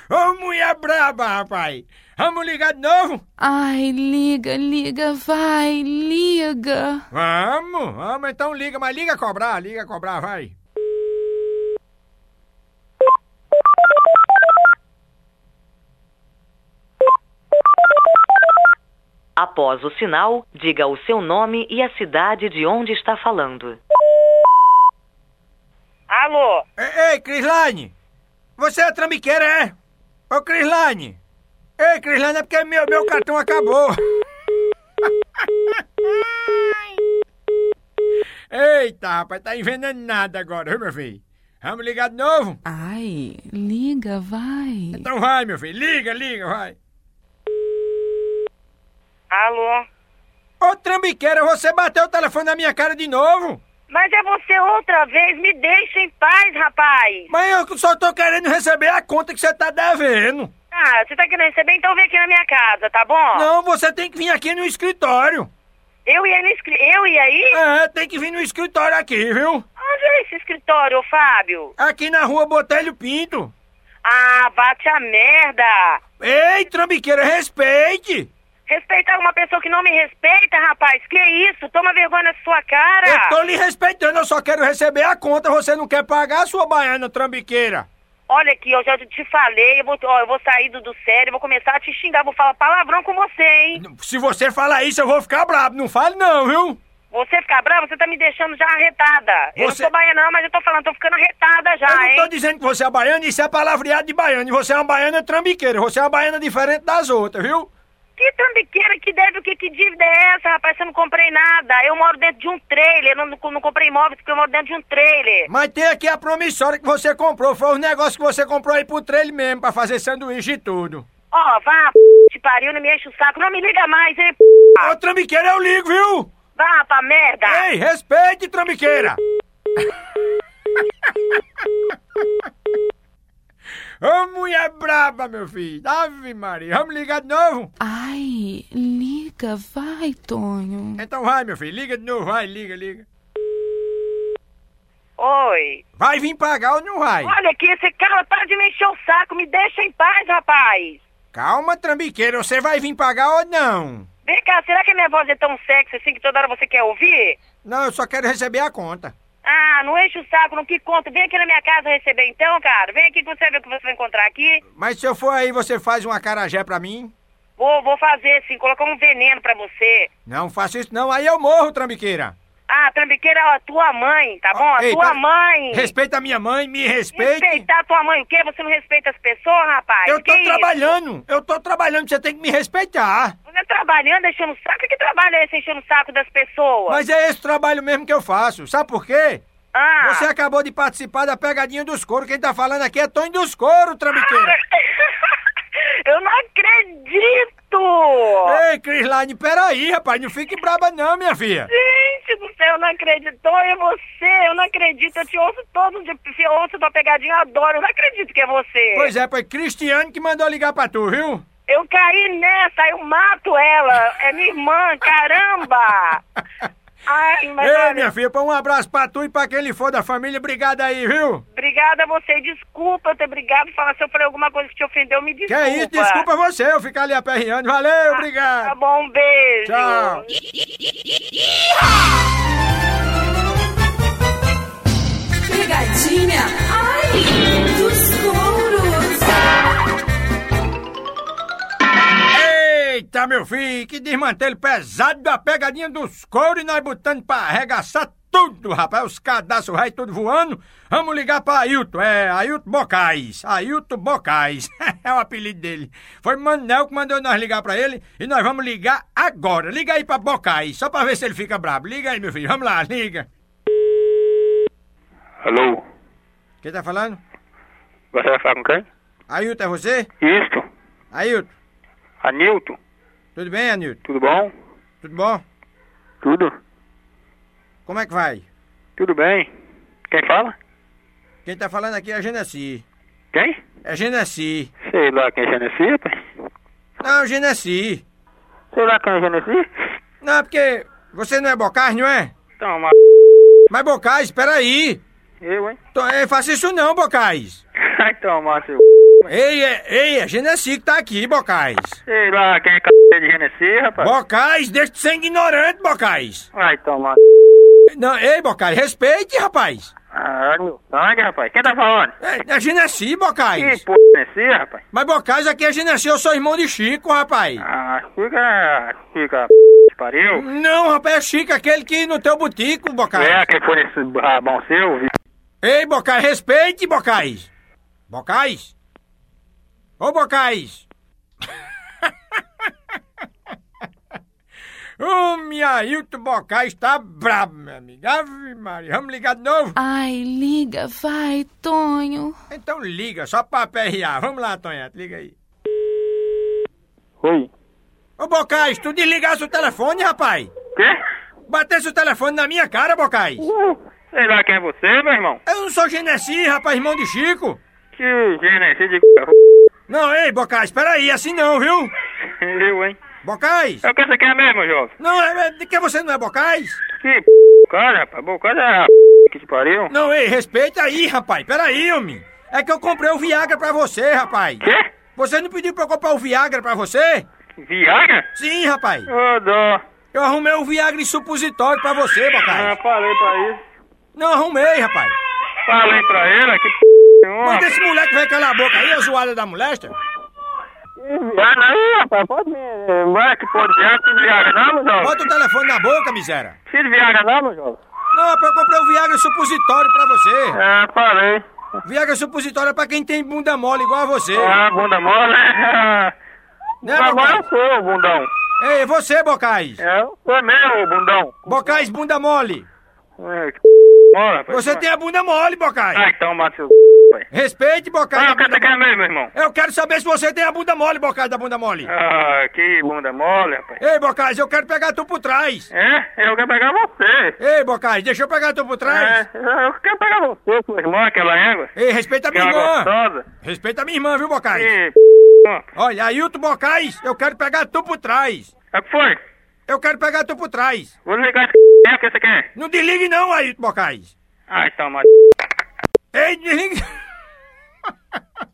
Speaker 1: Ô, mulher braba, rapaz. Vamos ligar de novo?
Speaker 4: Ai, liga, liga, vai, liga.
Speaker 1: Vamos, vamos, então liga, mas liga a cobrar, liga a cobrar, vai.
Speaker 5: Após o sinal, diga o seu nome e a cidade de onde está falando.
Speaker 10: Alô?
Speaker 1: Ei, ei, Crislane! Você é trambiqueira, é? Ô, Crislane! Ei, Crislane, é porque meu, meu cartão acabou. <laughs> Eita, rapaz, tá envenenado nada agora, viu, meu filho? Vamos ligar de novo?
Speaker 4: Ai, liga, vai.
Speaker 1: Então vai, meu filho, liga, liga, vai.
Speaker 10: Alô?
Speaker 1: Ô, trambiqueira, você bateu o telefone na minha cara de novo?
Speaker 10: Mas é você outra vez, me deixa em paz, rapaz.
Speaker 1: Mas eu só tô querendo receber a conta que você tá devendo.
Speaker 10: Ah, você tá querendo receber? Então vem aqui na minha casa, tá bom?
Speaker 1: Não, você tem que vir aqui no escritório.
Speaker 10: Eu ia no escri... Eu ia aí?
Speaker 1: É, tem que vir no escritório aqui, viu?
Speaker 10: Onde é esse escritório, ô Fábio?
Speaker 1: Aqui na rua Botelho Pinto.
Speaker 10: Ah, bate a merda!
Speaker 1: Ei, trambiqueira, respeite!
Speaker 10: Respeitar uma pessoa que não me respeita, rapaz, que isso? Toma vergonha na sua cara!
Speaker 1: Eu tô lhe respeitando, eu só quero receber a conta. Você não quer pagar, sua baiana trambiqueira?
Speaker 10: Olha aqui, eu já te falei, eu vou, ó, eu vou sair do, do sério, eu vou começar a te xingar, vou falar palavrão com você, hein?
Speaker 1: Se você falar isso, eu vou ficar brabo. Não fale não, viu?
Speaker 10: Você ficar brava, você tá me deixando já arretada. Eu não
Speaker 1: Você-
Speaker 10: sou baiana, não, mas eu tô falando, tô ficando arretada já,
Speaker 1: Eu não tô
Speaker 10: Ah, hein?
Speaker 1: dizendo que você é baiana, isso é palavreado de baiana. E você é uma baiana trambiqueira, você é uma baiana diferente das outras, viu?
Speaker 10: Que trambiqueira que deve, o que, que dívida é essa, rapaz? Eu não comprei nada. Eu moro dentro de um trailer, eu não, não comprei imóveis porque eu moro dentro de um trailer.
Speaker 1: Mas tem aqui a promissória que você comprou, foi os negócios que você comprou aí pro trailer mesmo, pra fazer sanduíche e tudo.
Speaker 10: Ó, vá, p... te pariu, não me enche o saco. Não me liga mais, hein, p...
Speaker 1: Ô, trambiqueira, eu ligo, viu?
Speaker 10: Vá pra merda.
Speaker 1: Ei, respeite, trambiqueira! <laughs> Ô, mulher braba, meu filho. Ave Maria, vamos ligar de novo?
Speaker 4: Ai, liga, vai, Tonho.
Speaker 1: Então vai, meu filho, liga de novo, vai, liga, liga.
Speaker 10: Oi.
Speaker 1: Vai vir pagar ou não vai?
Speaker 10: Olha aqui, esse cara para de me encher o saco, me deixa em paz, rapaz.
Speaker 1: Calma, trambiqueira, você vai vir pagar ou não?
Speaker 10: Vem cá, será que a minha voz é tão sexy assim que toda hora você quer ouvir?
Speaker 1: Não, eu só quero receber a conta.
Speaker 10: Ah, não enche o saco, não que conta. Vem aqui na minha casa receber então, cara. Vem aqui que você vê o que você vai encontrar aqui.
Speaker 1: Mas se eu for aí, você faz um acarajé pra mim?
Speaker 10: Vou, vou fazer sim, colocar um veneno pra você.
Speaker 1: Não faça isso não, aí eu morro, trambiqueira.
Speaker 10: Ah, trambiqueira, ó, a tua mãe, tá bom? A
Speaker 1: Ah, Ei,
Speaker 10: tua
Speaker 1: pera-
Speaker 10: mãe.
Speaker 1: Respeita a minha mãe, me respeite.
Speaker 10: Respeitar a tua mãe o quê? Você não respeita as pessoas, rapaz?
Speaker 1: Eu tô
Speaker 10: Que isso?
Speaker 1: trabalhando, eu tô trabalhando, você tem que me respeitar.
Speaker 10: Você tá trabalhando, enchendo o saco? Que trabalho é esse enchendo o saco das pessoas?
Speaker 1: Mas é esse trabalho mesmo que eu faço, sabe por quê?
Speaker 10: Ah.
Speaker 1: Você acabou de participar da pegadinha dos couro, quem tá falando aqui é Tonho dos couro, trambiqueira.
Speaker 10: Ah! <laughs> Eu não acredito!
Speaker 1: Ei, Crisline, peraí, rapaz, não fique braba não, minha filha.
Speaker 10: Gente do céu, eu não acredito. É você, eu não acredito. Eu te ouço todo dia, eu ouço tua pegadinha, eu adoro. Eu não acredito que é você.
Speaker 1: Pois é, foi Cristiano que mandou ligar pra tu, viu?
Speaker 10: Eu caí nessa, eu mato ela. É minha
Speaker 1: <laughs>
Speaker 10: irmã, caramba! Ai, mas
Speaker 1: Ei,
Speaker 10: olha,
Speaker 1: minha filha, pô, um abraço pra tu e pra quem lhe for da família, obrigado aí, viu?
Speaker 10: obrigada a você. Desculpa eu ter brigado, falar se eu falei alguma coisa que te ofendeu, me
Speaker 1: Que
Speaker 10: desculpa.
Speaker 1: é isso, desculpa você, eu ficar ali aperreando, valeu, obrigado.
Speaker 10: Tá bom, um beijo.
Speaker 1: Tchau.
Speaker 2: Pegadinha, ai, dos touros.
Speaker 1: Eita, meu filho, que desmantelho pesado da pegadinha dos couro e nós botando pra arregaçar tudo, rapaz. Os cadastros vai tudo voando. Vamos ligar pra Ailton, é, Ailton Bocais. Ailton Bocais, <laughs> é o apelido dele. Foi Manel que mandou nós ligar pra ele e nós vamos ligar agora. Liga aí pra Bocais, só pra ver se ele fica brabo. Liga aí, meu filho, vamos lá, liga.
Speaker 11: Alô?
Speaker 1: Quem tá falando?
Speaker 11: Você vai falar com quem?
Speaker 1: Ailton, é você?
Speaker 11: Isto?
Speaker 1: Ailton,
Speaker 11: Anilton?
Speaker 1: tudo bem, Ailton?
Speaker 11: Tudo bom?
Speaker 1: Tudo bom?
Speaker 11: Tudo?
Speaker 1: Como é que vai?
Speaker 11: Tudo bem? Quem fala?
Speaker 1: Quem tá falando aqui é a Genesi.
Speaker 11: Quem?
Speaker 1: É Genesi.
Speaker 11: Sei lá quem é Genesi, rapaz.
Speaker 1: Não, é Genesi.
Speaker 11: Sei lá quem é Genesi.
Speaker 1: Não, é porque você não é Bocais, não é?
Speaker 11: Então, uma...
Speaker 1: Mas Bocais, espera aí.
Speaker 11: Eu, hein?
Speaker 1: Tô- é, faça isso não, Bocais.
Speaker 11: <laughs> então, Márcio.
Speaker 1: Ei, é, ei, é Genesi que tá aqui, Bocais.
Speaker 11: Sei lá quem é c... de Genesi, rapaz.
Speaker 1: Bocais, deixa de ser ignorante, Bocais.
Speaker 11: Ah, então, Márcio.
Speaker 1: Não, ei, Bocais, respeite, rapaz.
Speaker 11: Ah, meu sangue, rapaz. Quem tá falando?
Speaker 1: É, é Genesi,
Speaker 11: Que
Speaker 1: Bocais.
Speaker 11: porra, Genesi, rapaz?
Speaker 1: Mas Bocais aqui é Genesi, eu sou irmão de Chico, rapaz.
Speaker 11: Ah, fica... Fica... é Pariu.
Speaker 1: Não, rapaz, é Chico, aquele que no teu botico, Bocais.
Speaker 11: É, que foi esse rabão seu, vi-
Speaker 1: Ei, Bocais, respeite, Bocais! Bocais? Ô, Bocais! Ô, minha Ailton Bocais tá brabo, meu amigo. Ave Maria, vamos ligar de novo?
Speaker 4: Ai, liga, vai, Tonho.
Speaker 1: Então liga, só pra aperrear. Vamos lá, Tonhete, liga aí.
Speaker 11: Oi.
Speaker 1: Ô, Bocais, tu desligasse o telefone, rapaz?
Speaker 11: Quê?
Speaker 1: Batesse o telefone na minha cara, Bocais!
Speaker 11: Sei lá quem é você, meu irmão.
Speaker 1: Eu não sou Genesi, rapaz, irmão de Chico.
Speaker 11: Que Genesi de...
Speaker 1: Não, ei, Bocais, peraí, assim não, viu?
Speaker 11: <laughs> Eu, hein?
Speaker 1: Bocais!
Speaker 11: É o que você quer mesmo, jovem?
Speaker 1: Não, é, é, de que você não é Bocais?
Speaker 11: Que p... cara, rapaz? Bom, cara é a p... que te pariu?
Speaker 1: Não, ei, respeita aí, rapaz. Peraí, homem. É que eu comprei o Viagra pra você, rapaz.
Speaker 11: Quê?
Speaker 1: Você não pediu pra eu comprar o Viagra pra você?
Speaker 11: Viagra?
Speaker 1: Sim, rapaz.
Speaker 11: Ô, Ah, dó.
Speaker 1: Eu arrumei o Viagra em supositório pra você,
Speaker 11: Ah,
Speaker 1: Bocais.
Speaker 11: falei pra ele.
Speaker 1: Não arrumei, rapaz.
Speaker 11: Falei pra ele, que p...
Speaker 1: Mas esse moleque vai calar a boca aí, a zoada da molesta.
Speaker 11: Vai aí, rapaz, pode me. Vai que pode viajar, se viaja não, meu jovem.
Speaker 1: Bota o telefone na boca, miséria.
Speaker 11: Se viaja não, meu jovem.
Speaker 1: Não, rapaz, eu comprei o Viagra supositório pra você.
Speaker 11: Ah, parei.
Speaker 1: Viagra supositório é pra quem tem bunda mole igual a você.
Speaker 11: Ah, bunda mole. <laughs>
Speaker 1: Né,
Speaker 11: Agora eu
Speaker 1: Bocais?
Speaker 11: sou, bundão. É,
Speaker 1: Ei, é você, Bocais.
Speaker 11: Eu sou mesmo, bundão.
Speaker 1: Bocais, bunda mole.
Speaker 11: É, que p***, Bora, rapaz.
Speaker 1: Você tem a bunda mole,
Speaker 11: Ah,
Speaker 1: Bocais.
Speaker 11: então, Matheus.
Speaker 1: Respeite, Bocais.
Speaker 11: Ah,
Speaker 1: da
Speaker 11: o que
Speaker 1: bunda
Speaker 11: você quer
Speaker 1: mole.
Speaker 11: mesmo, meu irmão?
Speaker 1: Eu quero saber se você tem a bunda mole, Bocais, da bunda mole.
Speaker 11: Ah, que bunda mole, rapaz.
Speaker 1: Ei, Bocais, eu quero pegar tu por trás.
Speaker 11: É, eu quero pegar você.
Speaker 1: Ei, Bocais, deixa eu pegar tu por trás.
Speaker 11: É, eu quero pegar você, sua irmã, aquela égua.
Speaker 1: Ei, respeita a minha
Speaker 11: Aquela
Speaker 1: irmã.
Speaker 11: gostosa.
Speaker 1: Respeita a minha irmã, viu, Bocais?
Speaker 11: E...
Speaker 1: Olha, Ailton Bocais, eu quero pegar tu por trás.
Speaker 11: É O que foi?
Speaker 1: Eu quero pegar tu por trás.
Speaker 11: Vou ligar esse c... né? que você quer.
Speaker 1: Não desligue não, Ailton Bocais.
Speaker 11: Ah, então, mas...
Speaker 1: Ei, desliga! <laughs>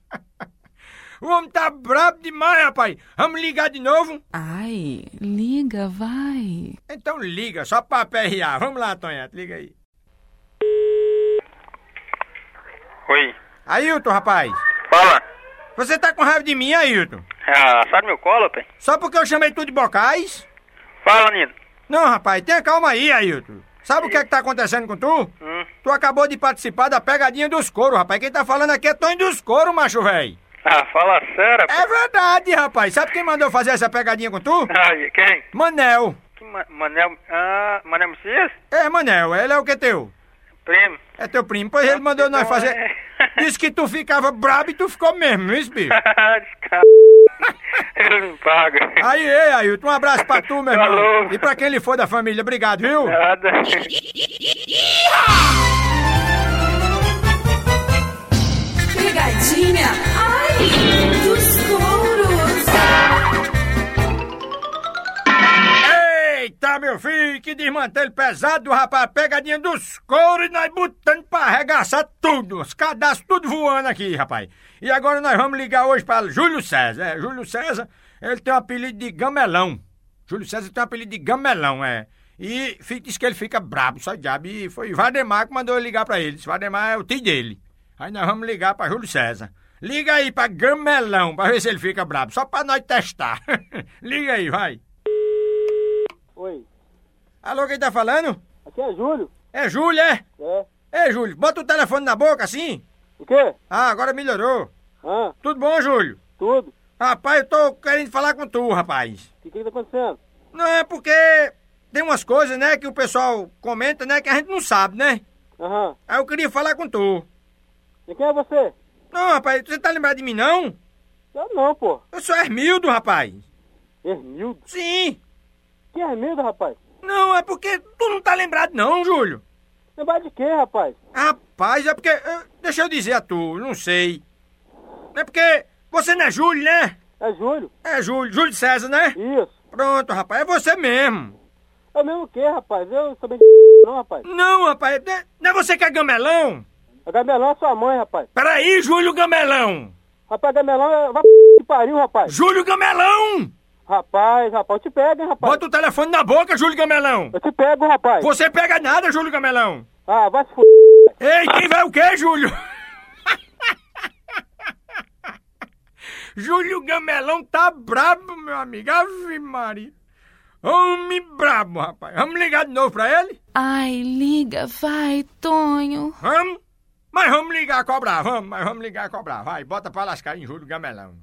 Speaker 1: O homem tá brabo demais, rapaz. Vamos ligar de novo?
Speaker 4: Ai, liga, vai.
Speaker 1: Então liga, só pra PRA. Vamos lá, Tonhato, liga aí.
Speaker 11: Oi.
Speaker 1: Ailton, rapaz,
Speaker 11: Fala.
Speaker 1: você tá com raiva de mim, Ailton?
Speaker 11: Ah, sabe meu colo, pai?
Speaker 1: Só porque eu chamei tu de bocais?
Speaker 11: Fala, Nino.
Speaker 1: Não, rapaz, tenha calma aí, Ailton. Sabe o que é que tá acontecendo com tu?
Speaker 11: Hum.
Speaker 1: Tu acabou de participar da pegadinha dos couro, rapaz. Quem tá falando aqui é Tonho dos couro, macho velho.
Speaker 11: Ah, fala sério,
Speaker 1: É verdade, rapaz. Sabe quem mandou fazer essa pegadinha com tu?
Speaker 11: Ah, quem?
Speaker 1: Manel.
Speaker 11: Que ma Manel... Ah, Manel Messias?
Speaker 1: É, Manel, ele é o que é teu?
Speaker 11: Primo.
Speaker 1: É teu primo, pois ele mandou nós
Speaker 11: então
Speaker 1: fazer.
Speaker 11: é.
Speaker 1: Disse que tu ficava brabo e tu ficou mesmo, é isso,
Speaker 11: <laughs>
Speaker 1: bicho?
Speaker 11: Descarga. Ele me paga.
Speaker 1: Aí, ei, Ailton, um abraço pra tu, meu irmão.
Speaker 11: Falou.
Speaker 1: E pra quem ele for da família, obrigado, viu?
Speaker 11: Nada.
Speaker 2: Pegadinha, ai, dos couros.
Speaker 1: Eita, meu filho, que desmantelho pesado, rapaz. Pegadinha dos couros e nós botando pra arregaçar tudo. Os cadastros tudo voando aqui, rapaz. E agora nós vamos ligar hoje pra Júlio César. É, Júlio César, ele tem um apelido de gamelão. Júlio César tem um apelido de gamelão, é. E fi- diz que ele fica brabo, só diabo. E foi Vademar que mandou eu ligar pra ele. Disse, Vademar é o tio dele. Aí nós vamos ligar pra Júlio César. Liga aí pra gamelão, pra ver se ele fica brabo. Só pra nós testar. <laughs> Liga aí, vai.
Speaker 11: Oi,
Speaker 1: Alô, quem tá falando?
Speaker 11: aqui é Júlio.
Speaker 1: É Júlio, é?
Speaker 11: É.
Speaker 1: Ei, Júlio, bota o telefone na boca assim.
Speaker 11: O quê?
Speaker 1: Ah, agora melhorou.
Speaker 11: Ah,
Speaker 1: Tudo bom, Júlio?
Speaker 11: tudo.
Speaker 1: Rapaz, eu tô querendo falar com tu, rapaz.
Speaker 11: O que, que tá acontecendo?
Speaker 1: Não é porque tem umas coisas, né, que o pessoal comenta, né, que a gente não sabe, né?
Speaker 11: Aham.
Speaker 1: Aí eu queria falar com tu.
Speaker 11: E quem é você?
Speaker 1: Não, rapaz, você tá lembrado de mim, não?
Speaker 11: Eu não, pô.
Speaker 1: Eu sou Hermildo, rapaz.
Speaker 11: Hermildo?
Speaker 1: Sim.
Speaker 11: Que Hermildo, rapaz?
Speaker 1: Não, é porque tu não tá lembrado, não, Júlio.
Speaker 11: Lembrar de quê, rapaz?
Speaker 1: Rapaz, é porque... eh, Deixa eu dizer a tu, não sei. É porque você não é Júlio, né?
Speaker 11: É Júlio?
Speaker 1: É Júlio, Júlio César, né?
Speaker 11: Isso.
Speaker 1: Pronto, rapaz, é você mesmo.
Speaker 11: É mesmo o quê, rapaz? Eu sou bem não, rapaz.
Speaker 1: Não, rapaz, né- não é você que é gamelão?
Speaker 11: A Gamelão é sua mãe, rapaz.
Speaker 1: Peraí, Júlio Gamelão!
Speaker 11: Rapaz, Gamelão é... Vai p... que pariu, rapaz.
Speaker 1: Júlio Gamelão!
Speaker 11: Rapaz, rapaz, eu te pego, hein, rapaz.
Speaker 1: Bota o telefone na boca, Júlio Gamelão!
Speaker 11: Eu te pego, rapaz.
Speaker 1: Você pega nada, Júlio Gamelão!
Speaker 11: Ah, vai se f...
Speaker 1: Ei, quem vai o quê, Júlio? Júlio Gamelão tá brabo, meu amigo. Ave Maria. Homem brabo, rapaz. Vamos ligar de novo pra ele?
Speaker 4: Ai, liga, vai, Tonho.
Speaker 1: Vamos? Mas vamos ligar a cobrar, vamos, mas vamos ligar a cobrar. Vai, bota pra lascar em Júlio Gamelão.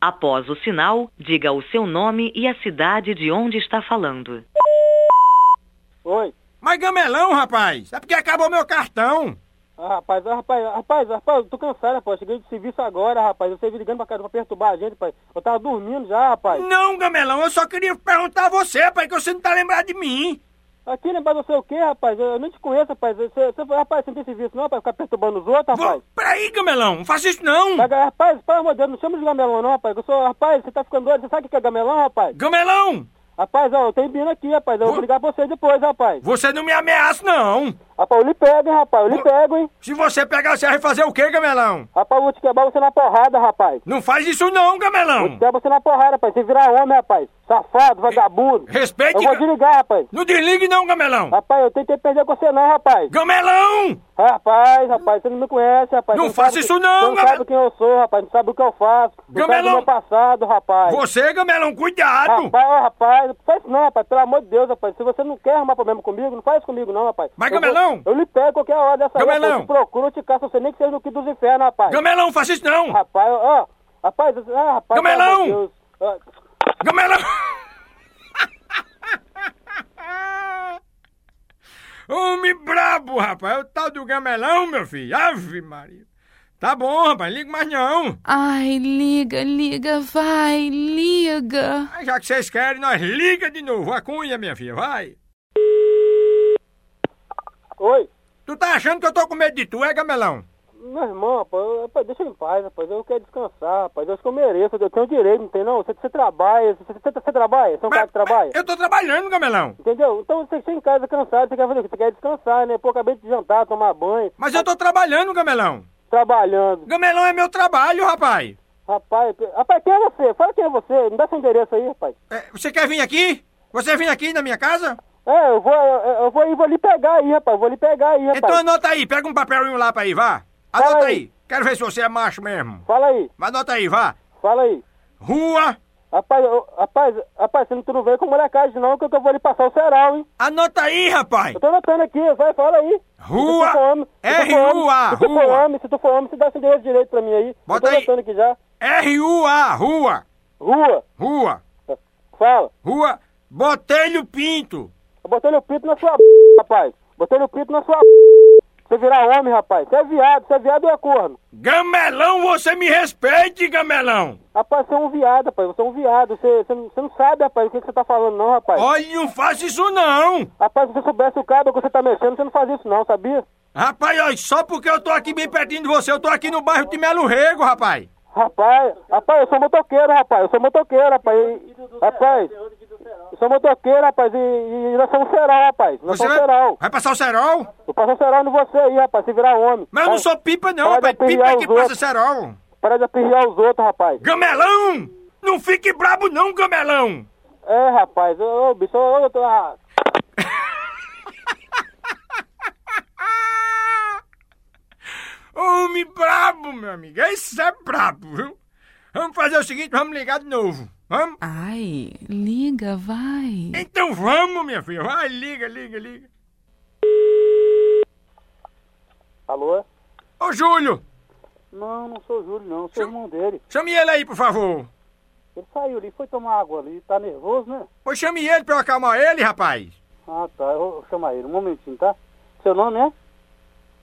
Speaker 5: Após o sinal, diga o seu nome e a cidade de onde está falando.
Speaker 11: Oi.
Speaker 1: Mas Gamelão, rapaz, é porque acabou meu cartão.
Speaker 11: Ah, rapaz, ah, rapaz, rapaz, rapaz, eu tô cansado, rapaz. Cheguei de serviço agora, rapaz. Você me ligando pra, cá pra perturbar a gente, rapaz. Eu tava dormindo já, rapaz.
Speaker 1: Não, Gamelão, eu só queria perguntar a você, pai, que você não tá lembrado de mim.
Speaker 11: Aqui lembrar você o quê, rapaz? Eu, eu nem te conheço, rapaz. Você, você, rapaz, você não tem serviço não, rapaz? Ficar perturbando os outros,
Speaker 1: Vou...
Speaker 11: rapaz.
Speaker 1: Peraí, Gamelão, não faça isso não.
Speaker 11: Pega- Rapaz, pelo amor de Deus, não chama de gamelão não, rapaz. Eu sou, rapaz, você tá ficando doido. Você sabe o que é gamelão, rapaz?
Speaker 1: Gamelão,
Speaker 11: Rapaz, ó, eu tenho pino aqui, rapaz. Eu vou ligar pra você depois, rapaz.
Speaker 1: Você não me ameaça, não.
Speaker 11: Rapaz, eu lhe pego, hein, rapaz. Eu lhe pego, hein.
Speaker 1: Se você pegar, você vai fazer o quê, gamelão?
Speaker 11: Rapaz, eu vou te quebrar você na porrada, rapaz.
Speaker 1: Não faz isso não, gamelão.
Speaker 11: Quebra você na porrada, rapaz. Você virar homem, rapaz. Safado, vagabundo.
Speaker 1: Respeite...
Speaker 11: Eu vou desligar, rapaz.
Speaker 1: Não desligue não, gamelão.
Speaker 11: Rapaz, eu tenho que perder com você não, rapaz.
Speaker 1: Gamelão!
Speaker 11: Rapaz, rapaz, você não me conhece, rapaz.
Speaker 1: Não
Speaker 11: Você
Speaker 1: faça
Speaker 11: sabe
Speaker 1: isso
Speaker 11: que-
Speaker 1: não,
Speaker 11: Você não
Speaker 1: garoto.
Speaker 11: sabe quem eu sou, rapaz. Não sabe o que eu faço. Não sabe do
Speaker 1: Gamelão.
Speaker 11: meu passado, rapaz.
Speaker 1: Você, gamelão, cuidado.
Speaker 11: Rapaz, ó, rapaz, não faz isso não, rapaz. Pelo amor de Deus, rapaz. Se você não quer arrumar problema comigo, não faz isso comigo não, rapaz.
Speaker 1: Mas,
Speaker 11: Eu vou-
Speaker 1: Gamelão!
Speaker 11: Eu lhe pego qualquer hora dessa hora,
Speaker 1: Gamelão!
Speaker 11: rapaz. Eu te procuro, eu te caço. Eu sei nem que seja no que dos infernos, rapaz.
Speaker 1: Gamelão, não faça isso não.
Speaker 11: Rapaz, ó. Rapaz, eu- ah, rapaz. pelo
Speaker 1: Gamelão!
Speaker 11: amor de Deus. Ó,
Speaker 1: Gamelão! Homem brabo, rapaz. É o tal do gamelão, meu filho. Ave Maria. Tá bom, rapaz. Liga mais não.
Speaker 4: Ai, liga, liga, vai,
Speaker 9: É.
Speaker 4: liga.
Speaker 1: Mas já que vocês querem, nós liga de novo. A cunha, minha filha. Vai.
Speaker 11: Oi.
Speaker 1: Tu tá achando que eu tô com medo de tu, é, gamelão?
Speaker 11: Meu irmão, rapaz, eu- rapaz, deixa eu em paz, rapaz. Eu quero descansar, rapaz. Eu acho que eu mereço, eu tenho direito, não tem não? Você, você trabalha, você, você, você trabalha, você é um cara que trabalha.
Speaker 1: Eu tô trabalhando, gamelão.
Speaker 11: Entendeu? Então você chega em casa cansado, você quer fazer o quê? Você quer descansar, né? Pô, acabei de jantar, tomar banho,
Speaker 1: Mas eu tô trabalhando, gamelão.
Speaker 11: trabalhando.
Speaker 1: Gamelão é meu trabalho, rapaz.
Speaker 11: Rapaz, pe- rapaz, quem é você? Fala quem é você, me dá seu endereço aí, rapaz.
Speaker 1: É, você quer vir aqui? Você vem aqui na minha casa?
Speaker 11: É, eu vou, eu, eu vou, eu vou lhe pegar aí, rapaz. Vou lhe pegar aí, rapaz.
Speaker 1: Então anota aí, pega um papel e um lápis aí, vá. Anota
Speaker 11: Fala
Speaker 1: aí.
Speaker 11: aí.
Speaker 1: Quero ver se você é macho mesmo.
Speaker 11: Fala aí,
Speaker 1: Mas anota aí, vá.
Speaker 11: fala aí.
Speaker 1: Rua,
Speaker 11: Rapaz, eu- rapaz, rapaz, você não, tu não vem com molecagem não, que eu que eu vou lhe passar o ceral, hein?
Speaker 1: anota aí, rapaz.
Speaker 11: Eu tô anotando aqui, vai, fala aí.
Speaker 1: Rua.
Speaker 11: Se tu for homem, se tu for homem,
Speaker 1: R-U-A,
Speaker 11: Se tu for
Speaker 1: rua.
Speaker 11: homem, se tu for homem, você dá esse endereço direito pra mim aí.
Speaker 1: Bota
Speaker 11: eu
Speaker 1: aí.
Speaker 11: tô anotando aqui já.
Speaker 1: R-U-A, rua,
Speaker 11: Rua,
Speaker 1: rua,
Speaker 11: fala.
Speaker 1: rua, Botelho Pinto.
Speaker 11: Eu botei o pinto na sua <laughs> b, rapaz. Botei o pinto na sua <laughs> b. Você virar homem, rapaz. Você é viado, você é viado ou é corno?
Speaker 1: Gamelão, você me respeite, gamelão.
Speaker 11: Rapaz, você é um viado, rapaz. Você é um viado. Você, você, não- você não sabe, rapaz, o que, que você tá falando, não, rapaz.
Speaker 1: Olha, não faça isso não.
Speaker 11: Rapaz, se você soubesse o cabo que você tá mexendo, você não fazia isso, não, sabia?
Speaker 1: Rapaz, olha, só porque eu tô aqui bem pertinho de você, eu tô aqui no bairro de Melo Rego, rapaz.
Speaker 11: Rapaz, rapaz, eu sou motoqueiro, rapaz. Eu sou motoqueiro, rapaz. E- rapaz, eu sou motoqueiro, rapaz. E, e nós somos feral, rapaz. Nós
Speaker 1: Você
Speaker 11: somos
Speaker 1: vai,
Speaker 11: feral.
Speaker 1: vai passar o cerol?
Speaker 11: Eu passo cerol em você aí, rapaz, se virar homem.
Speaker 1: Mas eu não
Speaker 11: Vai,
Speaker 1: sou pipa não,
Speaker 11: Para
Speaker 1: rapaz.
Speaker 11: de
Speaker 1: Pipa é
Speaker 11: aperrear
Speaker 1: que
Speaker 11: os
Speaker 1: passa
Speaker 11: outros.
Speaker 1: cerol.
Speaker 11: Para de apirrear os outros, rapaz.
Speaker 1: Gamelão, não fique brabo não, gamelão.
Speaker 11: É, rapaz, ô, ô, bicho, ô, eu tô. ah,
Speaker 1: Homem brabo, meu amigo. Esse é brabo, viu? Vamos fazer o seguinte, vamos ligar de novo. Vamos?
Speaker 4: Ai, liga, vai.
Speaker 1: Então vamos, minha filha. Vai, liga, liga, liga.
Speaker 11: Alô?
Speaker 1: Ô, Júlio,
Speaker 11: Não, não sou o Júlio, não, sou o irmão dele.
Speaker 1: chame ele aí, por favor.
Speaker 11: Ele saiu ali, foi tomar água ali, tá nervoso, né?
Speaker 1: Ô, chame ele pra eu acalmar ele, rapaz.
Speaker 11: Ah, tá, eu vou chamar ele, um momentinho, tá? Seu nome é?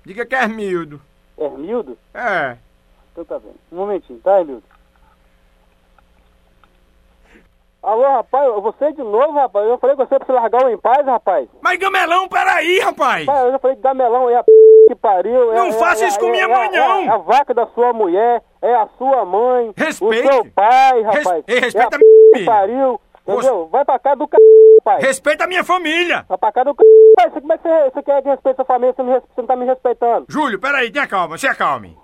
Speaker 1: Diga que é miúdo.
Speaker 11: Hermildo?
Speaker 1: É.
Speaker 11: Então tá bem. Um momentinho, tá, Hermildo? Alô, rapaz, você é de novo, rapaz? Eu falei com você pra você largar o em paz, rapaz.
Speaker 1: Mas, gamelão, peraí, rapaz.
Speaker 11: Pai, eu já falei que gamelão é a p... que pariu. é-
Speaker 1: Não
Speaker 11: é-
Speaker 1: faça
Speaker 11: é-
Speaker 1: isso com
Speaker 11: é-
Speaker 1: minha
Speaker 11: é-
Speaker 1: mãe,
Speaker 11: é-
Speaker 1: não.
Speaker 11: É a vaca da sua mulher, é a sua mãe,
Speaker 1: Respeite.
Speaker 11: o seu pai, rapaz.
Speaker 1: Res- Ei, respeita
Speaker 11: é a
Speaker 1: a minha filha.
Speaker 11: p... que pariu, entendeu? Vai pra casa do c... pai.
Speaker 1: Respeita a minha família.
Speaker 11: Vai pra casa do c... Pai, você, como é que você, você quer que respeite sua família? Você não, res- você não tá me respeitando.
Speaker 1: Júlio, peraí, tenha calma, se acalme.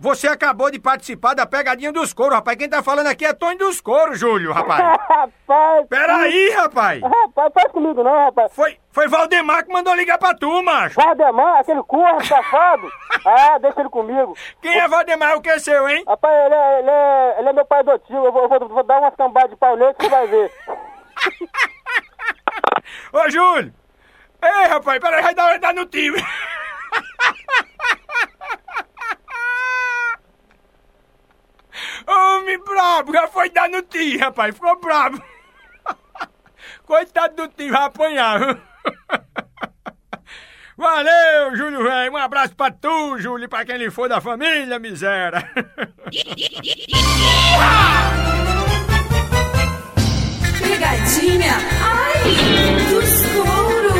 Speaker 1: Você acabou de participar da pegadinha dos couros, rapaz. Quem tá falando aqui é Tony dos couros, Júlio,
Speaker 11: <laughs>
Speaker 1: rapaz.
Speaker 11: rapaz.
Speaker 1: Peraí, rapaz.
Speaker 11: Rapaz, faz comigo não, rapaz.
Speaker 1: Foi, foi Valdemar que mandou ligar pra tu, macho.
Speaker 11: Valdemar, aquele
Speaker 1: <laughs>
Speaker 11: corno safado. Ah, deixa ele comigo.
Speaker 1: Quem é Valdemar? O que é seu, hein?
Speaker 11: Rapaz, ele é, ele é, ele é meu pai adotivo. Eu vou, eu vou- vou dar umas cambadas de pau nele que você vai ver.
Speaker 1: <laughs> Ô, Júlio. Ei, rapaz, peraí, vai dar, vai dar no tio. <laughs> Homem brabo, já foi dar no tio, rapaz. Ficou brabo. <laughs> Coitado do tio, vai apanhar. viu? <laughs> Valeu, Júlio, velho. Um abraço pra tu, Júlio, e pra quem lhe for da família, miséria. <laughs>
Speaker 2: Pegadinha, ai, dos couros.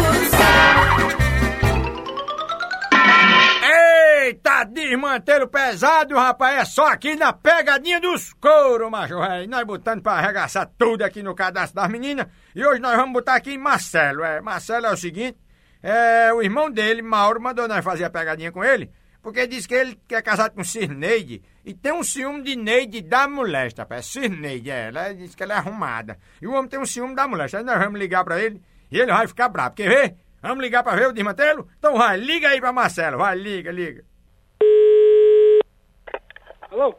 Speaker 1: Eita, de desmanteiro pesado, rapaz, é só aqui na pegadinha dos couro, macho velho. Nós botando pra arregaçar tudo aqui no cadastro das meninas. E hoje nós vamos botar aqui em Marcelo, é. Marcelo é o seguinte, é, o irmão dele, Mauro, mandou nós fazer a pegadinha com ele, porque disse que ele que é casado com Cirneide e tem um ciúme de Neide da mulher, rapaz. Cirneide, é, ela disse que ela é arrumada. E o homem tem um ciúme da mulher. Aí nós vamos ligar pra ele e ele vai ficar bravo, quer ver? Vamos ligar pra ver o desmantelo? Então vai, liga aí pra Marcelo, vai, liga, liga.
Speaker 11: Alô?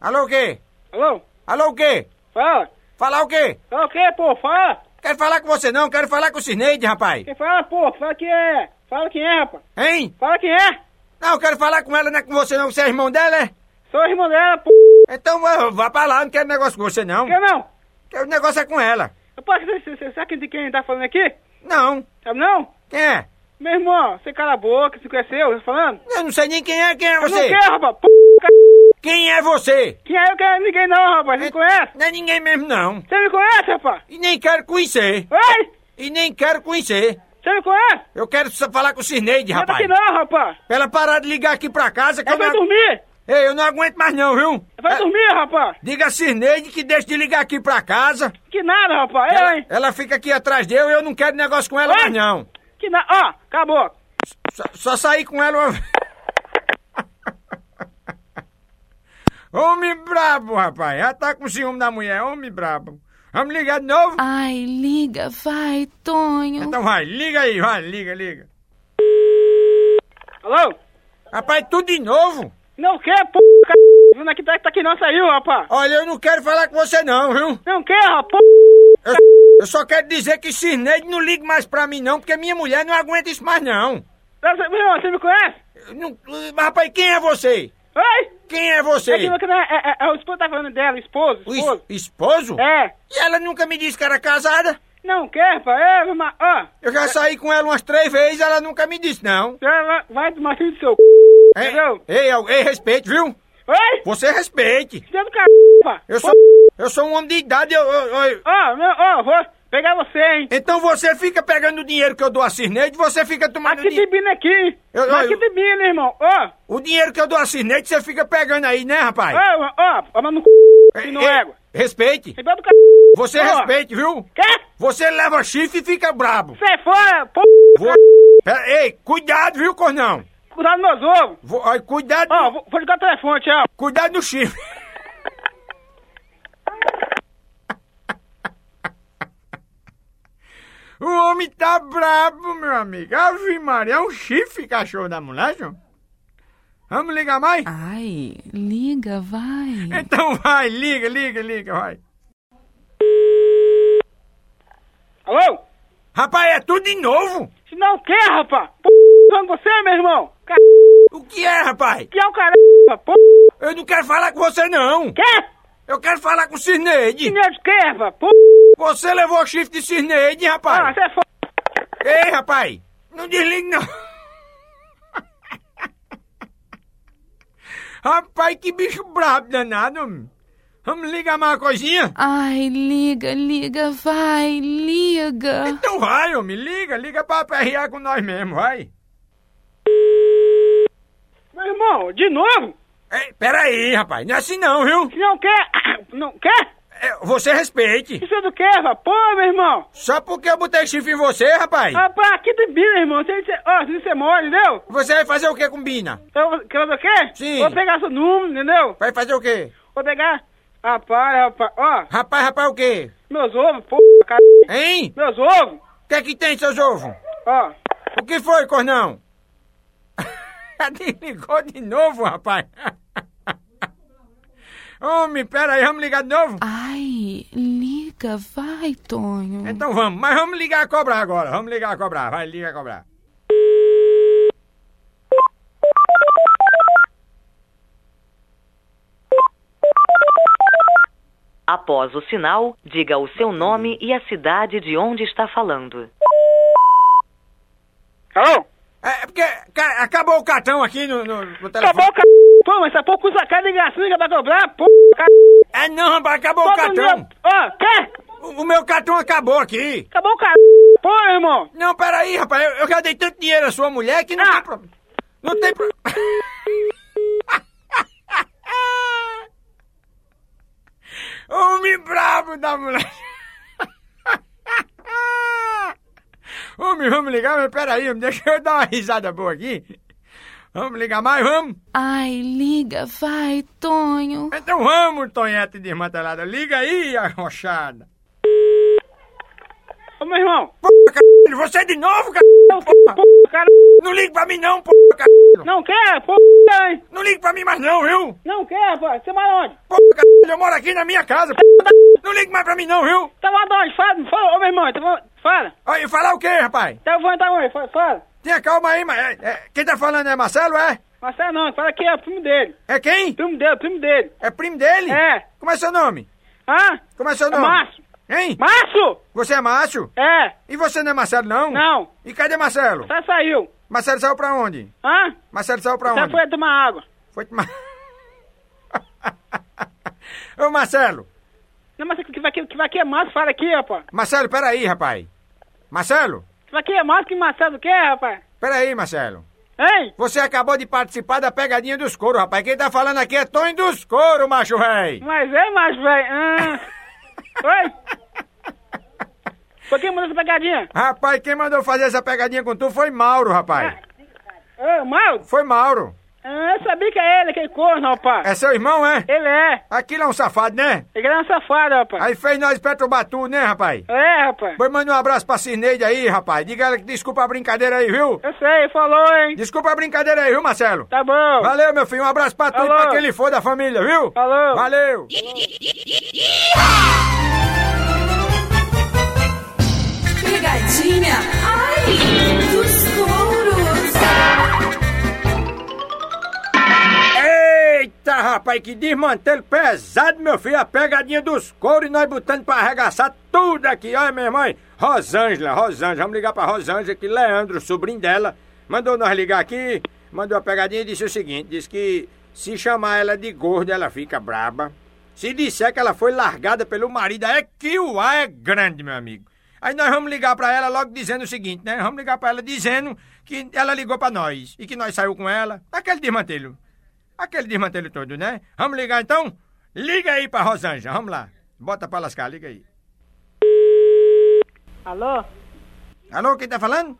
Speaker 1: Alô, o quê?
Speaker 11: Alô?
Speaker 1: Alô, o quê?
Speaker 11: Fala!
Speaker 1: Falar o quê?
Speaker 11: Fala o quê, pô? Fala!
Speaker 1: Quero falar com você não, quero falar com o Cirneide, rapaz.
Speaker 11: Quem fala, pô? Fala quem é! Fala quem é, rapaz!
Speaker 1: Hein?
Speaker 11: Fala quem é!
Speaker 1: Não, eu quero falar com ela, não é com você não, que você é irmão dela, é?
Speaker 11: Sou irmão dela, pô!
Speaker 1: Então eh, vá pra lá, não quero negócio com você não.
Speaker 11: Quer não?
Speaker 1: Que O negócio é com ela.
Speaker 11: Rapaz, você- você você sabe de quem tá falando aqui?
Speaker 1: Não.
Speaker 11: Sabe não?
Speaker 1: Quem é?
Speaker 11: Meu irmão, você cala a boca, você conheceu? Você tá falando?
Speaker 1: Eu não sei nem quem é, quem é
Speaker 11: Eu não
Speaker 1: você?
Speaker 11: quero, rapaz! P...
Speaker 1: Quem é você?
Speaker 11: Quem é eu quero ninguém não, rapaz! Você me conhece?
Speaker 1: Não é ninguém mesmo, não.
Speaker 11: Você me conhece, rapaz?
Speaker 1: E nem quero conhecer.
Speaker 11: Oi?
Speaker 1: E nem quero conhecer.
Speaker 11: Você me conhece?
Speaker 1: Eu quero só falar com o Cirneide,
Speaker 11: Não tá
Speaker 1: rapaz.
Speaker 11: aqui não, rapaz!
Speaker 1: Pra ela parar de ligar aqui pra casa que
Speaker 11: Ela
Speaker 1: eu, não...
Speaker 11: vai
Speaker 1: agu-
Speaker 11: dormir!
Speaker 1: Ei, eu não aguento mais não, viu?
Speaker 11: Ela vai
Speaker 1: É,
Speaker 11: dormir, rapaz!
Speaker 1: Diga a Cirneide que deixe de ligar aqui pra casa.
Speaker 11: Que nada, rapaz! Eu,
Speaker 1: Ela,
Speaker 11: hein?
Speaker 1: ela fica aqui atrás de eu e eu não quero negócio com ela
Speaker 11: Oi?
Speaker 1: mais não.
Speaker 11: Que nada! Ó, acabou!
Speaker 1: Só, só saí com ela uma vez. Homem brabo, rapaz. Já tá com ciúme da mulher. Homem brabo. Vamos ligar de novo?
Speaker 4: Ai, liga, vai, Tonho.
Speaker 1: Então vai, liga aí, vai, liga, liga.
Speaker 11: Alô?
Speaker 1: Rapaz, tudo de novo?
Speaker 11: Não quer, p... c******. Não é que tá tá aqui não saiu, rapaz!
Speaker 1: Olha, eu não quero falar com você não, viu?
Speaker 11: Não quer, rapaz!
Speaker 1: Eu só quero dizer que Cirneide não liga mais pra mim não, porque minha mulher não aguenta isso mais não.
Speaker 11: Você, meu irmão, você me conhece?
Speaker 1: Eu não- Mas, rapaz, quem é você?
Speaker 11: Oi?
Speaker 1: Quem é
Speaker 11: É, que
Speaker 1: você?
Speaker 11: não- que não é, é, é, é o esposo tá falando dela, esposo,
Speaker 1: O
Speaker 11: esposo.
Speaker 1: es- esposo?
Speaker 11: É,
Speaker 1: E ela nunca me disse que era casada?
Speaker 11: não quer, pá. É, meu irmão, ó,
Speaker 1: Eu já saí com ela umas três vezes, ela nunca me disse não.
Speaker 11: você vai, vai tomar filho do seu c...
Speaker 1: Ei,
Speaker 11: Entendeu?
Speaker 1: ei, al- ei, respeite, é viu?
Speaker 11: Oi?
Speaker 1: Você respeite.
Speaker 11: Você é do c... pá.
Speaker 1: Eu sou, eu sou um homem de idade, eu, eu- eu-
Speaker 11: Ó, meu, ó, vou pegar você, hein.
Speaker 1: Então você fica pegando o dinheiro que eu dou a Cirneide, você fica tomando
Speaker 11: Aqui
Speaker 1: o
Speaker 11: de
Speaker 1: dinheiro.
Speaker 11: bina aqui.
Speaker 1: Eu- eu-
Speaker 11: Mas aqui de bina, irmão. Ó,
Speaker 1: O dinheiro que eu dou a Cirneide, você fica pegando aí, né, rapaz?
Speaker 11: ó, irmão, ó, ó, mas no c...
Speaker 1: Ei,
Speaker 11: que não
Speaker 1: ei,
Speaker 11: égua.
Speaker 1: Respeite.
Speaker 11: Você é do c...
Speaker 1: Você
Speaker 11: Ó.
Speaker 1: respeite, viu?
Speaker 11: Quer?
Speaker 1: Você leva chifre e fica brabo.
Speaker 11: Sai é fora, p...
Speaker 1: Vou- <laughs> Pera- ei, cuidado, viu, cornão?
Speaker 11: Cuidado nos meus ovos.
Speaker 1: Vou- ai, cuidado,
Speaker 11: Ó, vou, vou ligar o telefone, tchau.
Speaker 1: cuidado no chifre. <laughs> O homem tá brabo, meu amigo. Ave Maria, é um chifre, cachorro da mulher, senhor. Vamos ligar mais?
Speaker 4: Ai, liga, vai.
Speaker 1: Então vai, liga, liga, liga, vai.
Speaker 11: Alô?
Speaker 1: Rapaz, é tudo de novo.
Speaker 11: Se não quer, rapaz, p... com você, é, meu irmão. C...
Speaker 1: O que é, rapaz?
Speaker 11: que é o caralho, rapaz, p...
Speaker 1: Eu não quero falar com você, não.
Speaker 11: Quer?
Speaker 1: Eu quero falar com o Cirneide.
Speaker 11: Dinheiro de quê, rapaz, p...
Speaker 1: Você levou o chifre de Cirneide, rapaz.
Speaker 11: Ah, você é foda.
Speaker 1: Ei, rapaz, não desligue não. <laughs> rapaz, que bicho brabo danado. homem. Vamos ligar mais uma coisinha?
Speaker 4: Ai, liga, liga, vai, liga.
Speaker 1: Então vai, homem, liga, liga pra PRA com nós mesmo, vai.
Speaker 11: Meu irmão, de novo?
Speaker 1: Ei, peraí, rapaz, não é assim não, viu?
Speaker 11: Se não quer, <coughs> não quer?
Speaker 1: É, Você respeite.
Speaker 11: Isso é do quê, rapaz? Pô, meu irmão.
Speaker 1: Só porque eu botei chifre em você, rapaz.
Speaker 11: Rapaz, aqui tem bina, irmão. Você, você, ó, se você é mole, entendeu?
Speaker 1: Você vai fazer o que com Bina?
Speaker 11: Eu, quer saber o quê?
Speaker 1: Sim.
Speaker 11: Vou pegar seu número, entendeu?
Speaker 1: Vai fazer o quê?
Speaker 11: Vou pegar... Rapaz, rapaz, ó,
Speaker 1: Rapaz, rapaz, o quê?
Speaker 11: meus ovos, pô, cara,
Speaker 1: Hein?
Speaker 11: meus ovos,
Speaker 1: O que é que tem, seus ovos?
Speaker 11: ó.
Speaker 1: O que foi, cornão? <laughs> Ligou de novo, rapaz. Homem, pera aí, vamos ligar de novo?
Speaker 4: Ai, liga, vai, Tonho.
Speaker 1: Então vamos, mas vamos ligar a cobrar agora. Vamos ligar a cobrar, vai, liga a cobrar.
Speaker 5: Após o sinal, diga o seu nome e a cidade de onde está falando.
Speaker 11: Alô?
Speaker 1: É, é porque ca- acabou o cartão aqui no, no- no telefone.
Speaker 11: Acabou o c... Pô, mas tá essa porra custa cara de gracinha que vai cobrar, pô, cara.
Speaker 1: É não, rapaz, acabou o
Speaker 11: todo
Speaker 1: cartão.
Speaker 11: dia- Ó, quer?
Speaker 1: O, o meu cartão acabou aqui.
Speaker 11: Acabou o cara. Pô, irmão.
Speaker 1: Não, pera aí, rapaz, eu, eu já dei tanto dinheiro à sua mulher que não
Speaker 11: Ah.
Speaker 1: tem problema. Não tem problema. <laughs> Homem brabo da mulher. <laughs> Homem, vamos ligar, mas peraí, homem, deixa eu dar uma risada boa aqui. Vamos ligar mais, vamos?
Speaker 4: Ai, liga, vai, Tonho.
Speaker 1: Então vamos, Tonhete desmantelada. Liga aí, arrochada.
Speaker 11: Ô, meu irmão,
Speaker 1: Caralho, você é de novo, caralho, porra.
Speaker 11: cara,
Speaker 1: Não liga pra mim não, porra, caralho.
Speaker 11: não quer, pô, hein?
Speaker 1: Não liga pra mim mais não, viu?
Speaker 11: Não quer, rapaz. Você mora onde?
Speaker 1: Porra, caralho, eu moro aqui na minha casa, porra. Não liga mais pra mim não, viu?
Speaker 11: Tá lá de onde? Fala, fala, ô, meu irmão, tá bom? fala.
Speaker 1: Aí, falar o quê, rapaz?
Speaker 11: Tá voando da onde? Fala, fala.
Speaker 1: Tenha calma aí, mas... é- é- quem tá falando é Marcelo, é?
Speaker 11: Marcelo não, fala que é primo dele.
Speaker 1: É quem?
Speaker 11: Primo dele, primo dele.
Speaker 1: É primo dele?
Speaker 11: É.
Speaker 1: Como é seu nome?
Speaker 11: Hã?
Speaker 1: Como é seu nome?
Speaker 11: Márcio.
Speaker 1: Hein?
Speaker 11: Márcio!
Speaker 1: Você é Márcio?
Speaker 11: É,
Speaker 1: E você não é Marcelo, não?
Speaker 11: não.
Speaker 1: E cadê Marcelo?
Speaker 11: Só saiu.
Speaker 1: Marcelo saiu pra onde?
Speaker 11: Hã?
Speaker 1: Marcelo saiu pra
Speaker 11: Só
Speaker 1: onde?
Speaker 11: foi tomar água.
Speaker 1: Foi tomar... <laughs> Ô, Marcelo.
Speaker 11: Não, mas que vai, que que vai que é Márcio? Fala aqui, rapaz.
Speaker 1: Marcelo, peraí, rapaz. Marcelo?
Speaker 11: Que vai que é Márcio que Marcelo quer, rapaz?
Speaker 1: Peraí, Marcelo.
Speaker 11: Hein?
Speaker 1: Você acabou de participar da pegadinha dos couro, rapaz. Quem tá falando aqui é Tonho dos couro, macho véi.
Speaker 11: Mas é, Márcio, velho. Hã? Oi? Foi quem mandou essa pegadinha?
Speaker 1: Rapaz, quem mandou fazer essa pegadinha com tu foi Mauro, rapaz.
Speaker 11: Ah, Ô, Mauro?
Speaker 1: Foi Mauro.
Speaker 11: Ah, eu sabia que é ele, aquele corno, rapaz.
Speaker 1: É seu irmão, é?
Speaker 11: Ele é.
Speaker 1: Aquilo é um safado, né?
Speaker 11: Ele é um safado, rapaz.
Speaker 1: Aí fez nós Petrobatu, né, rapaz?
Speaker 11: É, rapaz.
Speaker 1: Pois manda um abraço pra Cineide aí, rapaz. Diga ela que desculpa a brincadeira aí, viu?
Speaker 11: Eu sei, falou, hein?
Speaker 1: Desculpa a brincadeira aí, viu, Marcelo?
Speaker 11: Tá bom.
Speaker 1: Valeu, meu filho. Um abraço pra tu e
Speaker 11: Alô.
Speaker 1: pra quem ele for da família, viu?
Speaker 11: Falou.
Speaker 1: Valeu.
Speaker 2: Pegadinha, ai, dos couros.
Speaker 1: Eita, rapaz, que desmantelo pesado, meu filho. A pegadinha dos couros e nós botando pra arregaçar tudo aqui. Olha, minha mãe. Rosângela, Rosângela. Vamos ligar pra Rosângela, que Leandro, sobrinho dela, mandou nós ligar aqui. Mandou a pegadinha e disse o seguinte: disse que se chamar ela de gorda, ela fica braba. Se disser que ela foi largada pelo marido, é que o ar é grande, meu amigo. Aí nós vamos ligar pra ela logo dizendo o seguinte, né? Vamos ligar pra ela dizendo que ela ligou pra nós e que nós saiu com ela. Aquele desmantelo. Aquele desmantelho todo, né? Vamos ligar então? Liga aí pra Rosângela, vamos lá. Bota pra lascar, liga aí.
Speaker 12: Alô?
Speaker 1: Alô, quem tá falando?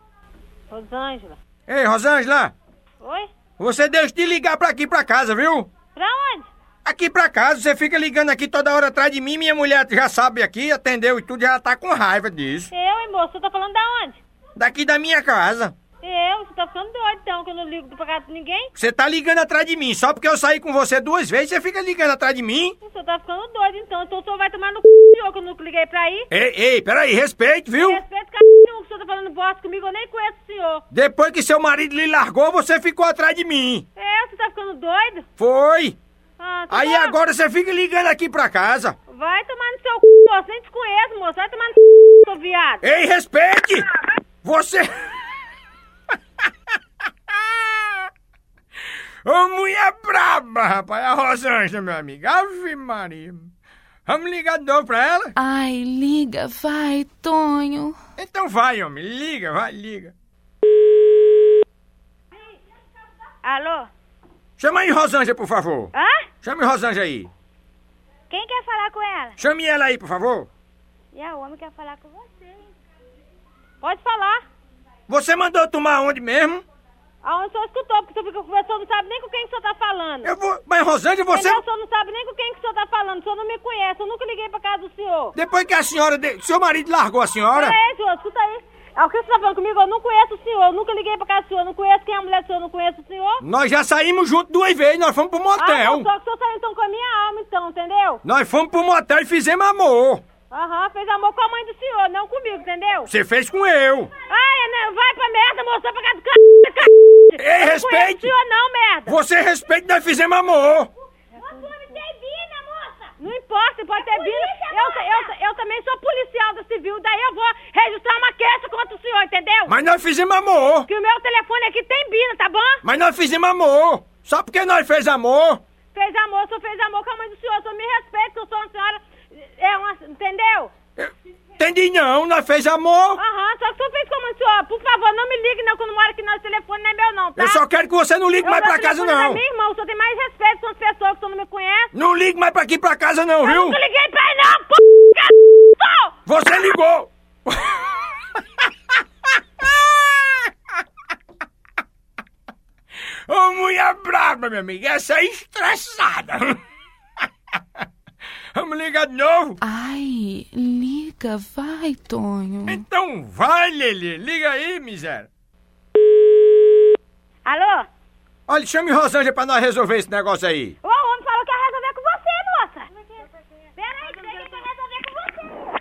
Speaker 12: Rosângela.
Speaker 1: Ei, Rosângela,
Speaker 13: Oi?
Speaker 1: você deixa de ligar pra aqui pra casa, viu?
Speaker 13: Pra onde?
Speaker 1: Aqui pra casa, você fica ligando aqui toda hora atrás de mim, minha mulher já sabe aqui, atendeu e tudo, já tá com raiva disso.
Speaker 13: Eu, hein, moço? Você tá falando da onde?
Speaker 1: Daqui da minha casa.
Speaker 13: Eu? Você tá ficando doido, então, que eu não ligo pra casa de ninguém?
Speaker 1: Você tá ligando atrás de mim, só porque eu saí com você duas vezes, você fica ligando atrás de mim?
Speaker 13: Você tá ficando doido, então. Então o senhor vai tomar no c... senhor, que eu não liguei pra aí.
Speaker 1: Ei, ei, peraí, respeito, viu?
Speaker 13: Respeito c... nenhum que o senhor tá falando bosta comigo. Eu nem conheço o senhor.
Speaker 1: Depois que seu marido lhe largou, você ficou atrás de mim.
Speaker 13: É, você tá ficando doido?
Speaker 1: Foi.
Speaker 13: Ah, tá
Speaker 1: Aí
Speaker 13: bom.
Speaker 1: agora você fica ligando aqui pra casa.
Speaker 13: Vai tomar no seu c... moço. Nem te conheço, moço. Vai tomar no c... seu viado.
Speaker 1: Ei, respeite! Você. <laughs> Ô, mulher braba, rapaz. A Rosângela, meu amigo. Ave Maria. Vamos ligar de novo pra ela?
Speaker 4: Ai, liga, vai, Tonho.
Speaker 1: Então vai, homem. Liga, vai, liga.
Speaker 13: Alô?
Speaker 1: Chama aí Rosângela, por favor.
Speaker 13: Hã?
Speaker 1: Chame Rosângela aí.
Speaker 13: Quem quer falar com ela?
Speaker 1: Chame ela aí, por favor.
Speaker 13: E a homem quer falar com você, hein? Pode falar.
Speaker 1: Você mandou tomar onde mesmo?
Speaker 13: Aonde Ah, o senhor escutou, porque o senhor fica conversando, não sabe nem com quem que o senhor tá falando.
Speaker 1: Eu vou. Mas, Rosângela, você.
Speaker 13: Entendeu? O senhor não sabe nem com quem que o senhor tá falando. O senhor não me conhece, eu nunca liguei pra casa do senhor.
Speaker 1: Depois que a senhora. de- Seu marido largou a senhora.
Speaker 13: É, senhor, escuta aí. Ah, o que você tá falando comigo? Eu não conheço o senhor, eu nunca liguei pra casa do senhor, eu não conheço quem é a mulher do senhor, eu não conheço o senhor.
Speaker 1: Nós já saímos juntos duas vezes, nós fomos pro
Speaker 13: Ah,
Speaker 1: motel.
Speaker 13: então, só que o senhor saiu então com a minha alma, então, entendeu?
Speaker 1: Nós fomos pro motel e fizemos amor.
Speaker 13: Aham, fez amor com a mãe do senhor, não comigo, entendeu?
Speaker 1: Você fez com eu.
Speaker 13: Ai, né? vai pra merda, moça, pra casa do c... c...
Speaker 1: Ei,
Speaker 13: Não conheço o
Speaker 1: respeite!
Speaker 13: senhor não, merda.
Speaker 1: Você respeita, nós fizemos amor.
Speaker 13: Não importa, pode ter vindo. Eu, eu, eu também sou policial da civil, daí eu vou registrar uma queixa contra o senhor, entendeu?
Speaker 1: Mas nós fizemos amor.
Speaker 13: Que o meu telefone aqui tem bina, tá bom?
Speaker 1: Mas nós fizemos amor. Só porque nós fez amor.
Speaker 13: Fez amor, só fez amor com a mãe do senhor, só me respeita, eu sou uma senhora. É uma. Entendeu?
Speaker 1: Eu- entendi não, nós fez amor.
Speaker 13: Aham, só que o senhor fez como, senhor? Por favor, não me ligue não, que eu não moro aqui não, esse telefone não é meu não, tá?
Speaker 1: Eu só quero que você não ligue
Speaker 13: Eu
Speaker 1: mais
Speaker 13: dou
Speaker 1: pra casa,
Speaker 13: telefone pra
Speaker 1: não.
Speaker 13: mim, irmão, o senhor tem mais respeito com as pessoas que o senhor não me conhece.
Speaker 1: Não ligue mais pra aqui pra casa, não,
Speaker 13: Eu
Speaker 1: viu?
Speaker 13: nunca liguei pra ele não, p***, cara,
Speaker 1: Você ligou! <laughs> Ô, mulher braba, minha amiga, essa é estressada! Vamos ligar de novo?
Speaker 4: Ai, liga, vai, Tonho.
Speaker 1: Então vai, Lili, liga aí, miséria!
Speaker 13: Alô?
Speaker 1: Olha, chame Rosângela pra nós resolver esse negócio aí!
Speaker 13: Ô, O homem falou que ia resolver com você, moça. Peraí, que ele quer resolver com você.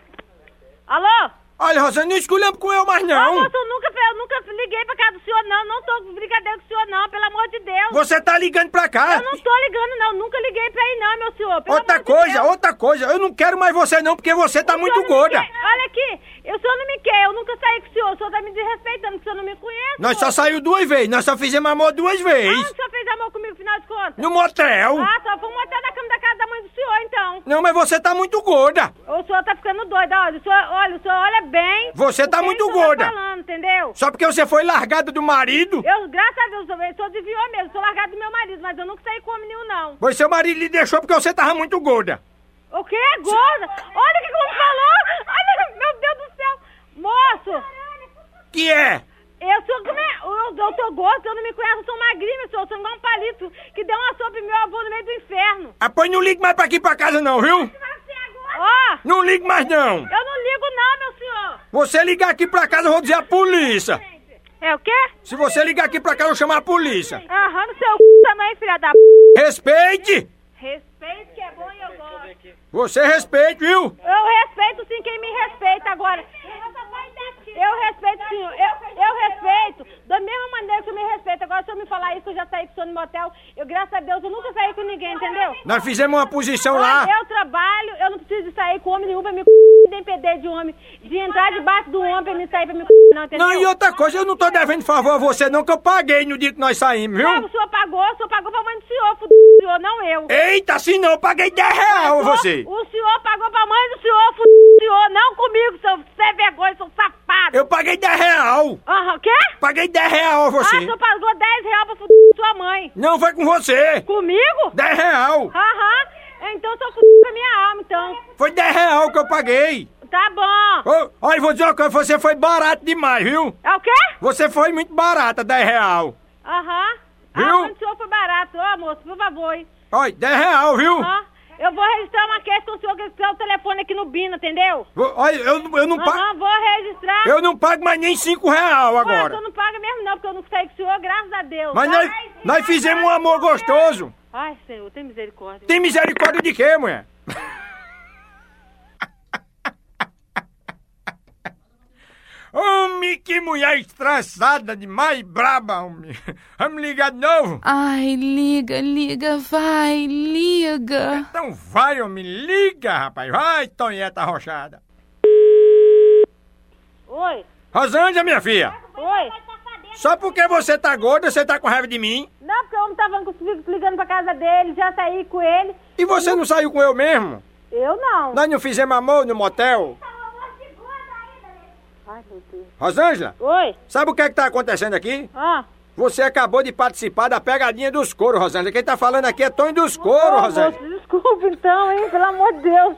Speaker 13: Alô?
Speaker 1: Olha, Rosângela, não esculhambe com eu mais
Speaker 13: Ô,
Speaker 1: Ah, não!
Speaker 13: moça, eu nunca, eu nunca liguei pra casa do senhor, não. Não tô com brincadeira com o senhor, não, pelo amor de Deus.
Speaker 1: Você tá ligando pra cá!
Speaker 13: Eu não tô ligando, não. Nunca liguei pra ele, não, meu senhor. Pelo
Speaker 1: Outra
Speaker 13: amor de
Speaker 1: coisa,
Speaker 13: Deus.
Speaker 1: outra coisa, eu não quero mais você não, porque você tá
Speaker 13: O senhor
Speaker 1: muito
Speaker 13: não me
Speaker 1: gorda!
Speaker 13: quer. Olha aqui, o senhor não me quer. Eu nunca saí com o senhor. O senhor tá me desrespeitando, que o senhor não me conhece.
Speaker 1: Nós só
Speaker 13: moça.
Speaker 1: saiu duas vezes, nós só fizemos amor duas
Speaker 13: Aonde
Speaker 1: vezes!
Speaker 13: o senhor fez amor comigo, afinal de contas?
Speaker 1: No motel!
Speaker 13: Ah, só fomos até na cama da casa da mãe do senhor, então.
Speaker 1: Não, mas você tá muito gorda.
Speaker 13: O senhor tá ficando doido, olha. O senhor, olha, o senhor olha bem.
Speaker 1: Você tá
Speaker 13: o que
Speaker 1: muito
Speaker 13: o senhor
Speaker 1: gorda.
Speaker 13: Tá falando, entendeu?
Speaker 1: Só porque você foi largada do marido.
Speaker 13: Eu, graças a Deus, o senhor desviou mesmo. Sou largado do meu marido, mas eu nunca saí com homem nenhum, não.
Speaker 1: Pois seu marido lhe deixou porque você tava muito gorda.
Speaker 13: O que é gorda? Olha o que como falou! Olha, meu Deus do céu! Moço!
Speaker 1: Que é?
Speaker 13: Eu sou como é? Eu, eu sou gorda, eu não me conheço, eu sou magrinha, senhor, eu sou igual um palito que deu uma sopa pro meu avô no meio do inferno.
Speaker 1: Ah, pois não ligue mais pra aqui pra casa não, viu?
Speaker 13: é Ó,
Speaker 1: Não ligue mais não.
Speaker 13: eu não ligo não, meu senhor.
Speaker 1: Você ligar aqui pra casa, eu vou dizer a polícia.
Speaker 13: É o quê?
Speaker 1: Se você ligar aqui pra casa, eu chamar a polícia.
Speaker 13: Aham, no seu c... também, filha da p...
Speaker 1: Respeite!
Speaker 13: Respeito que é bom e eu gosto.
Speaker 1: Você respeite, viu?
Speaker 13: Eu respeito sim quem me respeita agora. Eu respeito sim, eu, eu respeito. Da mesma maneira que eu me respeito. Agora se eu me falar isso, que eu já saí com o senhor no motel. Eu, graças a Deus, eu nunca saí com ninguém, entendeu?
Speaker 1: Nós fizemos uma posição lá.
Speaker 13: Eu trabalho, eu não preciso de sair com homem nenhum pra me c****, nem perder de homem. De entrar debaixo do homem pra me sair pra me c****, não, entendeu?
Speaker 1: Não, e outra coisa, eu não tô devendo favor a você não, que eu paguei no dia que nós saímos,
Speaker 13: Não, o
Speaker 1: viu?
Speaker 13: senhor pagou, o senhor pagou pra mãe do senhor, fudido, senhor, não eu.
Speaker 1: Eita, assim não, eu paguei 10 reais a você.
Speaker 13: O senhor pagou pra mãe do senhor, fudido, senhor, não comigo, seu sem vergonha, seu safado.
Speaker 1: Eu paguei 10 real.
Speaker 13: Aham, o quê?
Speaker 1: Paguei 10 real a
Speaker 13: Ah, o
Speaker 1: você.
Speaker 13: senhor pagou 10 reais pra fuder sua mãe.
Speaker 1: Não foi com você!
Speaker 13: Comigo?
Speaker 1: 10 real!
Speaker 13: Aham. Então o senhor fudido com a minha alma, então.
Speaker 1: Foi 10 real que eu paguei!
Speaker 13: Tá bom.
Speaker 1: Ô, Olha, vou dizer uma coisa, você foi barato demais, viu?
Speaker 13: É o quê?
Speaker 1: Você foi muito barata, 10 real!
Speaker 13: Aham.
Speaker 1: Viu?
Speaker 13: Ah, onde o senhor foi barato, ó, moço, por favor, hein?
Speaker 1: Olha, 10 real, viu?
Speaker 13: Ó, eu vou registrar uma queixa com o senhor, que eu tenho o telefone aqui no Bina, entendeu?
Speaker 1: Vou- Olha, eu, eu não pago.
Speaker 13: Aham, vou registrar.
Speaker 1: Eu não pago mais nem 5 real
Speaker 13: Ué, o
Speaker 1: agora!
Speaker 13: senhor não paga mesmo não, porque eu não saí com o senhor, graças a Deus.
Speaker 1: Mas nós,
Speaker 13: Ai,
Speaker 1: nós fizemos um amor gostoso!
Speaker 13: Ai, senhor, tem misericórdia.
Speaker 1: Tem misericórdia de quê, mulher? <laughs> Homem, que mulher estressada demais, braba, homem. Vamos ligar de novo?
Speaker 9: Ah.
Speaker 4: Ai, liga, liga, vai, liga.
Speaker 1: Então vai, homem, liga, rapaz. Vai, tá Tonheta Rochada.
Speaker 13: Oi,
Speaker 1: Rosângela, minha filha,
Speaker 13: oi.
Speaker 1: só porque você tá gorda, você tá com raiva de mim?
Speaker 13: Não, porque o homem tá tava ligando pra casa dele, já saí com ele.
Speaker 1: E você não saiu com eu mesmo?
Speaker 13: Eu não.
Speaker 1: Nós não fizemos amor no motel?
Speaker 13: Ai, meu Deus.
Speaker 1: Rosângela,
Speaker 13: Oi,
Speaker 1: sabe o que é que tá acontecendo aqui?
Speaker 13: ah.
Speaker 1: Você acabou de participar da pegadinha dos couro, Rosângela. Quem tá falando aqui é Tonho dos couro,
Speaker 13: Ô,
Speaker 1: Rosângela.
Speaker 13: moço, desculpa então, hein, pelo amor de Deus.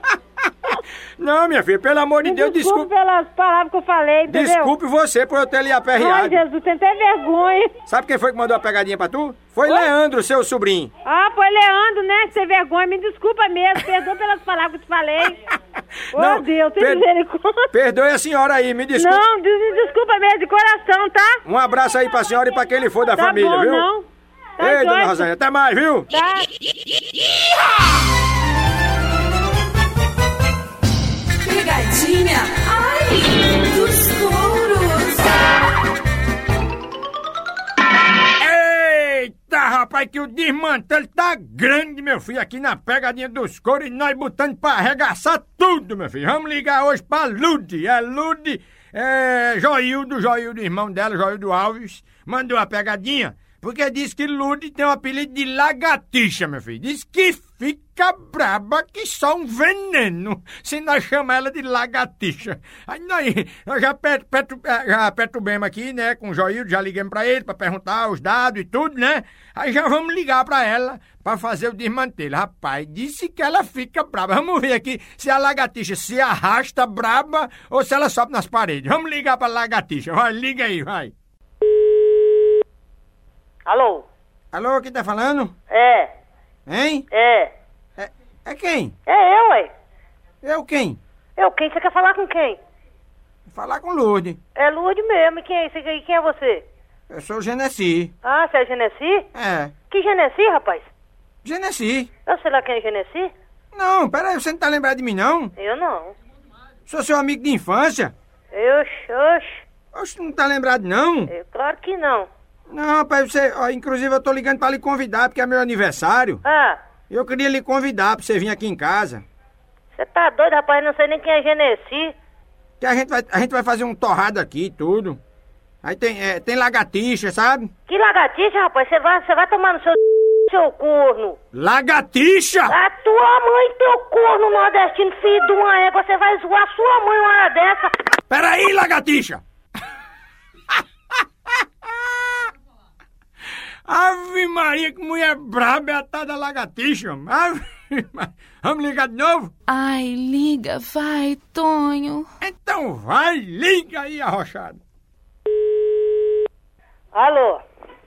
Speaker 1: Não, minha filha, pelo amor de
Speaker 13: Me
Speaker 1: Deus,
Speaker 13: desculpe
Speaker 1: desculpe.
Speaker 13: pelas palavras que eu falei, entendeu?
Speaker 1: Desculpe você por eu ter lhe
Speaker 13: Ai,
Speaker 1: aperreado.
Speaker 13: Jesus, tem até vergonha.
Speaker 1: Sabe quem foi que mandou a pegadinha pra tu? Foi Leandro, seu sobrinho.
Speaker 13: Ah, foi Leandro, né? Sem vergonha, me desculpa mesmo, perdoa pelas palavras que eu te falei. Ô,
Speaker 1: Não,
Speaker 13: Deus, tem
Speaker 1: per-
Speaker 13: misericórdia.
Speaker 1: Perdoe a senhora aí, me desculpe.
Speaker 13: Não, des- me desculpa mesmo, de coração, tá?
Speaker 1: Um abraço aí pra senhora e pra quem ele for da
Speaker 13: tá
Speaker 1: família,
Speaker 13: bom,
Speaker 1: viu?
Speaker 13: não? Tá
Speaker 1: Ei, dona
Speaker 13: jóia.
Speaker 1: Rosângela, até mais, viu?
Speaker 13: Tá.
Speaker 2: Pegadinha, ai, dos touros.
Speaker 1: Eita, rapaz, que o desmantelo tá grande, meu filho, aqui na pegadinha dos coros e nós botando pra arregaçar tudo, meu filho. Vamos ligar hoje pra Lude. É Lude, é Joildo, Joildo, irmão dela, Joildo Alves, um mandou a pegadinha porque disse que Lude tem o apelido de lagartixa, meu filho. Diz que fica braba que só um veneno se nós chamar ela de lagartixa. Aí nós, nós já, petro, petro, eh, já perturbemos aqui, né, com o Joildo, já ligamos pra ele pra perguntar os dados e tudo, né? Aí já vamos ligar pra ela pra fazer o desmantelo. Rapaz, disse que ela fica braba. Vamos ver aqui se a lagartixa se arrasta braba ou se ela sobe nas paredes. Vamos ligar pra lagartixa. Vai, liga aí, vai.
Speaker 8: Alô?
Speaker 1: Alô, quem tá falando?
Speaker 8: É,
Speaker 1: Hein?
Speaker 8: é.
Speaker 1: É quem?
Speaker 8: É eu, ué.
Speaker 1: Eu quem?
Speaker 8: Eu, quem? Você quer falar com quem?
Speaker 1: Falar com o Lourdes.
Speaker 8: É Lourdes mesmo. E quem é, você, quem é você?
Speaker 1: Eu sou o Genesi.
Speaker 8: Ah, você é Genesi?
Speaker 1: É.
Speaker 8: Que Genesi, rapaz?
Speaker 1: Genesi.
Speaker 8: Eu sei lá quem é Genesi?
Speaker 1: Não, peraí, você não tá lembrado de mim, não?
Speaker 8: Eu não.
Speaker 1: Sou seu amigo de infância.
Speaker 8: Eu, oxe.
Speaker 1: Oxe, não tá lembrado, não?
Speaker 8: Eu, claro que não.
Speaker 1: Não, rapaz, você... ó, inclusive, eu tô ligando pra lhe convidar, porque é meu aniversário.
Speaker 8: Ah,
Speaker 1: E eu queria lhe convidar pra você vir aqui em casa.
Speaker 8: você tá doido, rapaz? Não sei nem quem é Genesi.
Speaker 1: Que a gente vai, a gente vai fazer um torrado aqui e tudo. Aí tem, é, tem lagartixa, sabe?
Speaker 8: Que lagartixa, rapaz? Você vai, você vai tomar no seu... <laughs> Seu corno.
Speaker 1: Lagartixa!
Speaker 8: A tua mãe, teu corno nordestino, filho de uma égua. Você vai zoar sua mãe uma hora dessa.
Speaker 1: Peraí, lagartixa! Ave Maria, que mulher braba é a tal da lagartixa. homem. Ave Maria. Vamos ligar de novo?
Speaker 4: Ai, liga, vai, Tonho.
Speaker 1: Então vai, liga aí, arrochado.
Speaker 8: Alô?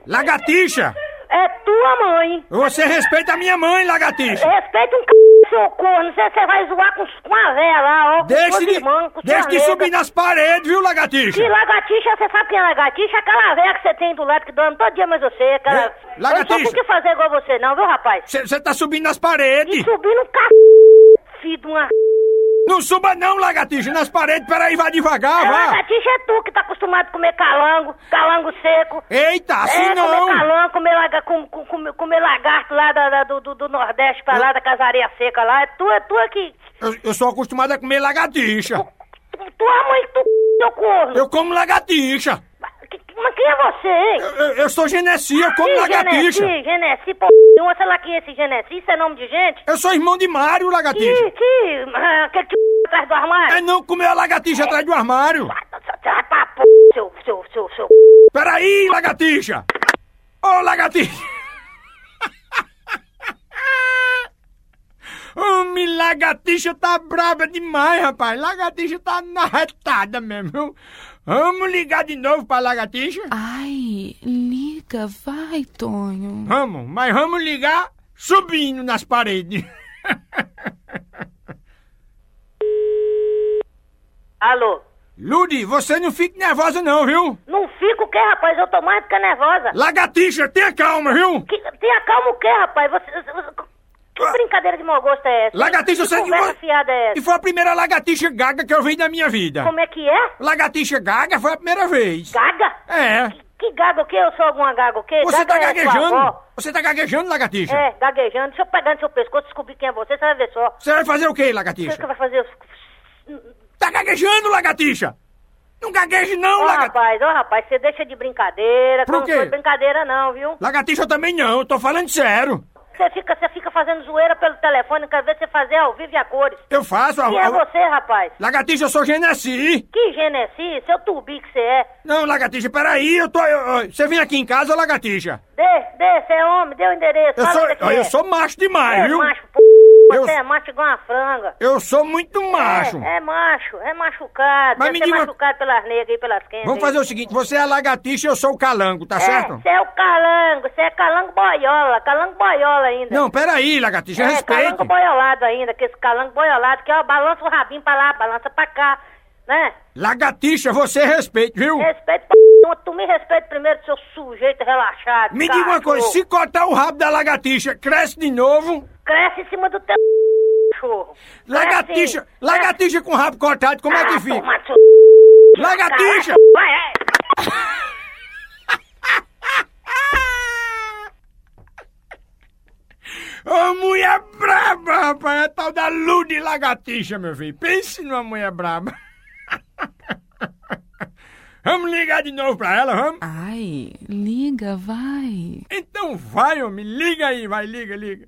Speaker 1: Lagartixa,
Speaker 8: É tua mãe.
Speaker 1: você respeita a minha mãe, lagartixa.
Speaker 8: Respeita um c... seu corno. Você você vai zoar com, com a véia lá, ó. com
Speaker 1: Deixe
Speaker 8: seus
Speaker 1: de,
Speaker 8: irmãos, com
Speaker 1: deixe
Speaker 8: sua
Speaker 1: de
Speaker 8: nega.
Speaker 1: subir nas paredes, viu, lagartixa?
Speaker 8: Que lagartixa, você sabe quem é lagartixa? Aquela véia que você tem do lado que dorme todo dia, mas você, aquela...
Speaker 1: É, lagartixa.
Speaker 8: Eu não sei o que fazer igual você não, viu, rapaz?
Speaker 1: Você tá subindo nas paredes.
Speaker 8: E subir no c... filho de uma...
Speaker 1: Não suba não, lagartixa, nas paredes. Peraí, vai devagar,
Speaker 8: É
Speaker 1: vá.
Speaker 8: lagartixa é tu que tá acostumado a comer calango, calango seco.
Speaker 1: Eita, assim
Speaker 8: é,
Speaker 1: não.
Speaker 8: comer calango, comer, laga, com- com- com- comer lagarto lá da- da- do, do- do Nordeste pra lá, da casaria seca lá. É tu, é tu que...
Speaker 1: Eu, eu sou acostumado a comer lagartixa.
Speaker 8: Tua mãe que tu c... seu corno.
Speaker 1: Eu como lagartixa.
Speaker 8: Que- que- Mas quem é você, hein?
Speaker 1: Eu, eu- eu sou Genesi, eu como
Speaker 8: Ih,
Speaker 1: lagartixa.
Speaker 8: Genesi, Genesi, pô, não sei lá quem é esse Genesi, isso é nome de gente?
Speaker 1: Eu sou irmão de Mário, lagartixa.
Speaker 8: Que, que, ah, que, que atrás do
Speaker 1: É
Speaker 8: armário?
Speaker 1: não comer a lagartixa atrás do armário.
Speaker 8: Vai pra p***, seu, seu, seu, seu...
Speaker 1: Peraí, lagartixa. Ô, lagartixa. <laughs> Homem, lagartixa tá braba demais, rapaz. Lagartixa tá na retada mesmo, viu? Vamos ligar de novo pra lagartixa?
Speaker 4: Ai, liga, vai, Tonho.
Speaker 1: Vamos, mas vamos ligar subindo nas paredes.
Speaker 8: <laughs> Alô?
Speaker 1: Ludi, você não fique nervosa não, viu?
Speaker 8: Não fica o quê, rapaz? Eu tô mais do que nervosa.
Speaker 1: Lagartixa, tenha calma, viu?
Speaker 8: Que, tenha calma o quê, rapaz? Você, você- você- que brincadeira de mau gosto é essa?
Speaker 1: Ah. Lagartixa, eu
Speaker 8: que
Speaker 1: sei que
Speaker 8: conversa
Speaker 1: você...
Speaker 8: fiada é
Speaker 1: E
Speaker 8: essa?
Speaker 1: foi a primeira lagartixa gaga que eu vi na minha vida.
Speaker 8: Como é que é?
Speaker 1: Lagartixa gaga foi a primeira vez.
Speaker 8: Gaga?
Speaker 1: É.
Speaker 8: Que, que gaga o quê? Eu sou alguma gaga o quê?
Speaker 1: Você
Speaker 8: gaga
Speaker 1: tá
Speaker 8: é sua
Speaker 1: gaguejando?
Speaker 8: avó.
Speaker 1: Você tá gaguejando, lagartixa?
Speaker 8: É, gaguejando. Deixa eu pegar no seu pescoço e descobrir quem é você, você vai ver só.
Speaker 1: Você vai fazer o quê,
Speaker 8: O é que que
Speaker 1: lagartixa?
Speaker 8: vai fazer?
Speaker 1: Tá gaguejando, lagartixa? Não gagueje não,
Speaker 8: Ô,
Speaker 1: lagartixa.
Speaker 8: rapaz, ô, rapaz, você deixa de brincadeira. que
Speaker 1: Pro
Speaker 8: eu Não
Speaker 1: quê?
Speaker 8: foi brincadeira não, viu?
Speaker 1: Lagartixa eu também não, eu tô falando sério.
Speaker 8: Você fica, você fica fazendo zoeira pelo telefone, quero ver você fazer ao vivo e a cores.
Speaker 1: Eu faço... A...
Speaker 8: Quem é você, rapaz?
Speaker 1: Lagartixa, eu sou Genesi.
Speaker 8: Que Genesi, seu turbi que você é.
Speaker 1: Não, lagartixa, peraí, eu tô. eu- eu- você vem aqui em casa, lagartixa?
Speaker 8: Dê, dê, você é homem, dê o endereço.
Speaker 1: Eu
Speaker 8: fala
Speaker 1: sou,
Speaker 8: onde você
Speaker 1: eu
Speaker 8: é.
Speaker 1: sou macho
Speaker 8: é
Speaker 1: demais, viu?
Speaker 8: macho, p***,
Speaker 1: Eu-
Speaker 8: você é macho igual uma franga.
Speaker 1: Eu sou muito macho.
Speaker 8: É, é macho, é machucado.
Speaker 1: Mas
Speaker 8: Mas
Speaker 1: me
Speaker 8: me
Speaker 1: diga-
Speaker 8: machucado pelas negras e pelas quentes.
Speaker 1: Vamos fazer o seguinte: você é a lagartixa, eu sou o calango, tá
Speaker 8: É,
Speaker 1: certo?
Speaker 8: você é o calango, você é calango boiola, calango boiola ainda.
Speaker 1: Não, peraí, lagartixa,
Speaker 8: é,
Speaker 1: respeito.
Speaker 8: calango boiolado ainda, que esse calango boiolado que ó, balança o rabinho pra lá, balança pra cá, né?
Speaker 1: Lagartixa, você respeita, viu?
Speaker 8: Respeito pra Então, tu, tu me respeita primeiro, seu sujeito relaxado.
Speaker 1: Me diga uma
Speaker 8: cachorro.
Speaker 1: coisa: se cortar o rabo da lagartixa, cresce de novo?
Speaker 8: Cresce em cima do teu cachorro.
Speaker 1: Lagartixa,
Speaker 8: Cresce-
Speaker 1: lagartixa com o rabo cortado, como é que
Speaker 8: Ah,
Speaker 1: fica?
Speaker 8: toma seu
Speaker 1: Lagartixa!
Speaker 8: caraca, Vai, é.
Speaker 1: Ô, mulher braba, rapaz, é a tal da Lude Lagartixa, meu filho. Pense numa mulher braba. <laughs> vamos ligar de novo pra ela, vamos?
Speaker 4: Ai, liga, vai.
Speaker 1: Então vai, homem, liga aí, vai, liga, liga.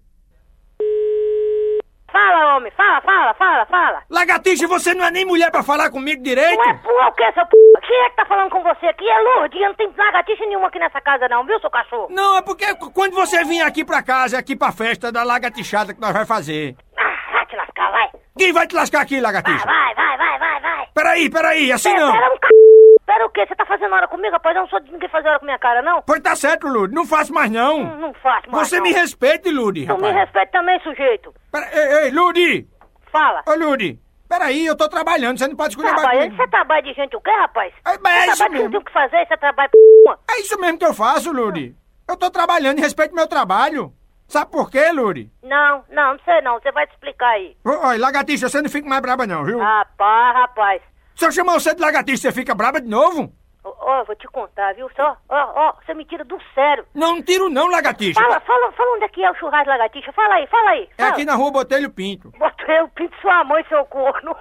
Speaker 8: Fala, homem, fala, fala, fala, fala.
Speaker 1: Lagartixa, você não é nem mulher pra falar comigo direito?
Speaker 8: Não é por que, seu p... Quem é que tá falando com você aqui? É Lourdinha, não tem lagartixa nenhuma aqui nessa casa não, viu, seu cachorro?
Speaker 1: Não, é porque quando você vir aqui pra casa, aqui pra festa da lagartixada que nós vai fazer.
Speaker 8: Ah, vai te lascar, vai. Ah,
Speaker 1: Quem vai te lascar aqui, lagartixa?
Speaker 8: Vai, vai, vai, vai, vai.
Speaker 1: Peraí, peraí, assim
Speaker 8: Pera-
Speaker 1: não.
Speaker 8: Pera um c... Pera o quê? Você tá fazendo hora comigo, rapaz? Eu não sou de ninguém fazer hora com minha cara, não?
Speaker 1: Pois tá certo, Lude, não faço mais não.
Speaker 8: Não, não faço mais,
Speaker 1: você
Speaker 8: não.
Speaker 1: me respeite, Lude,
Speaker 8: Tu me
Speaker 1: rapaz.
Speaker 8: respeita também, sujeito.
Speaker 1: Pera- ei, ei, Lude!
Speaker 8: Fala.
Speaker 1: Ô, Lude, peraí, eu tô trabalhando, você não pode escolher
Speaker 8: Trabalhando, você trabalha de gente o quê, rapaz?
Speaker 1: É, mas é
Speaker 8: você
Speaker 1: isso mesmo.
Speaker 8: trabalha que não tem o que fazer, você trabalha p...
Speaker 1: É isso mesmo que eu faço, Lude. Eu tô trabalhando, respeito meu trabalho. Sabe por quê, Lude?
Speaker 8: Não, não, não sei não, você vai te explicar aí.
Speaker 1: Ô, Olha, lagartixa, você não fica mais braba não, viu?
Speaker 8: Rapaz, rapaz.
Speaker 1: Se eu chamar você de lagartixa, você fica braba de novo?
Speaker 8: Ó, ó, eu vou te contar, viu? Só, ó, ó, você me tira do sério.
Speaker 1: Não, não tiro não, lagartixa.
Speaker 8: Fala, fala, fala onde é que é o churrasco de lagartixa. Fala aí, fala aí.
Speaker 1: É
Speaker 8: fala.
Speaker 1: aqui na rua Botelho Pinto.
Speaker 8: Botei o pinto de sua mãe, seu corno.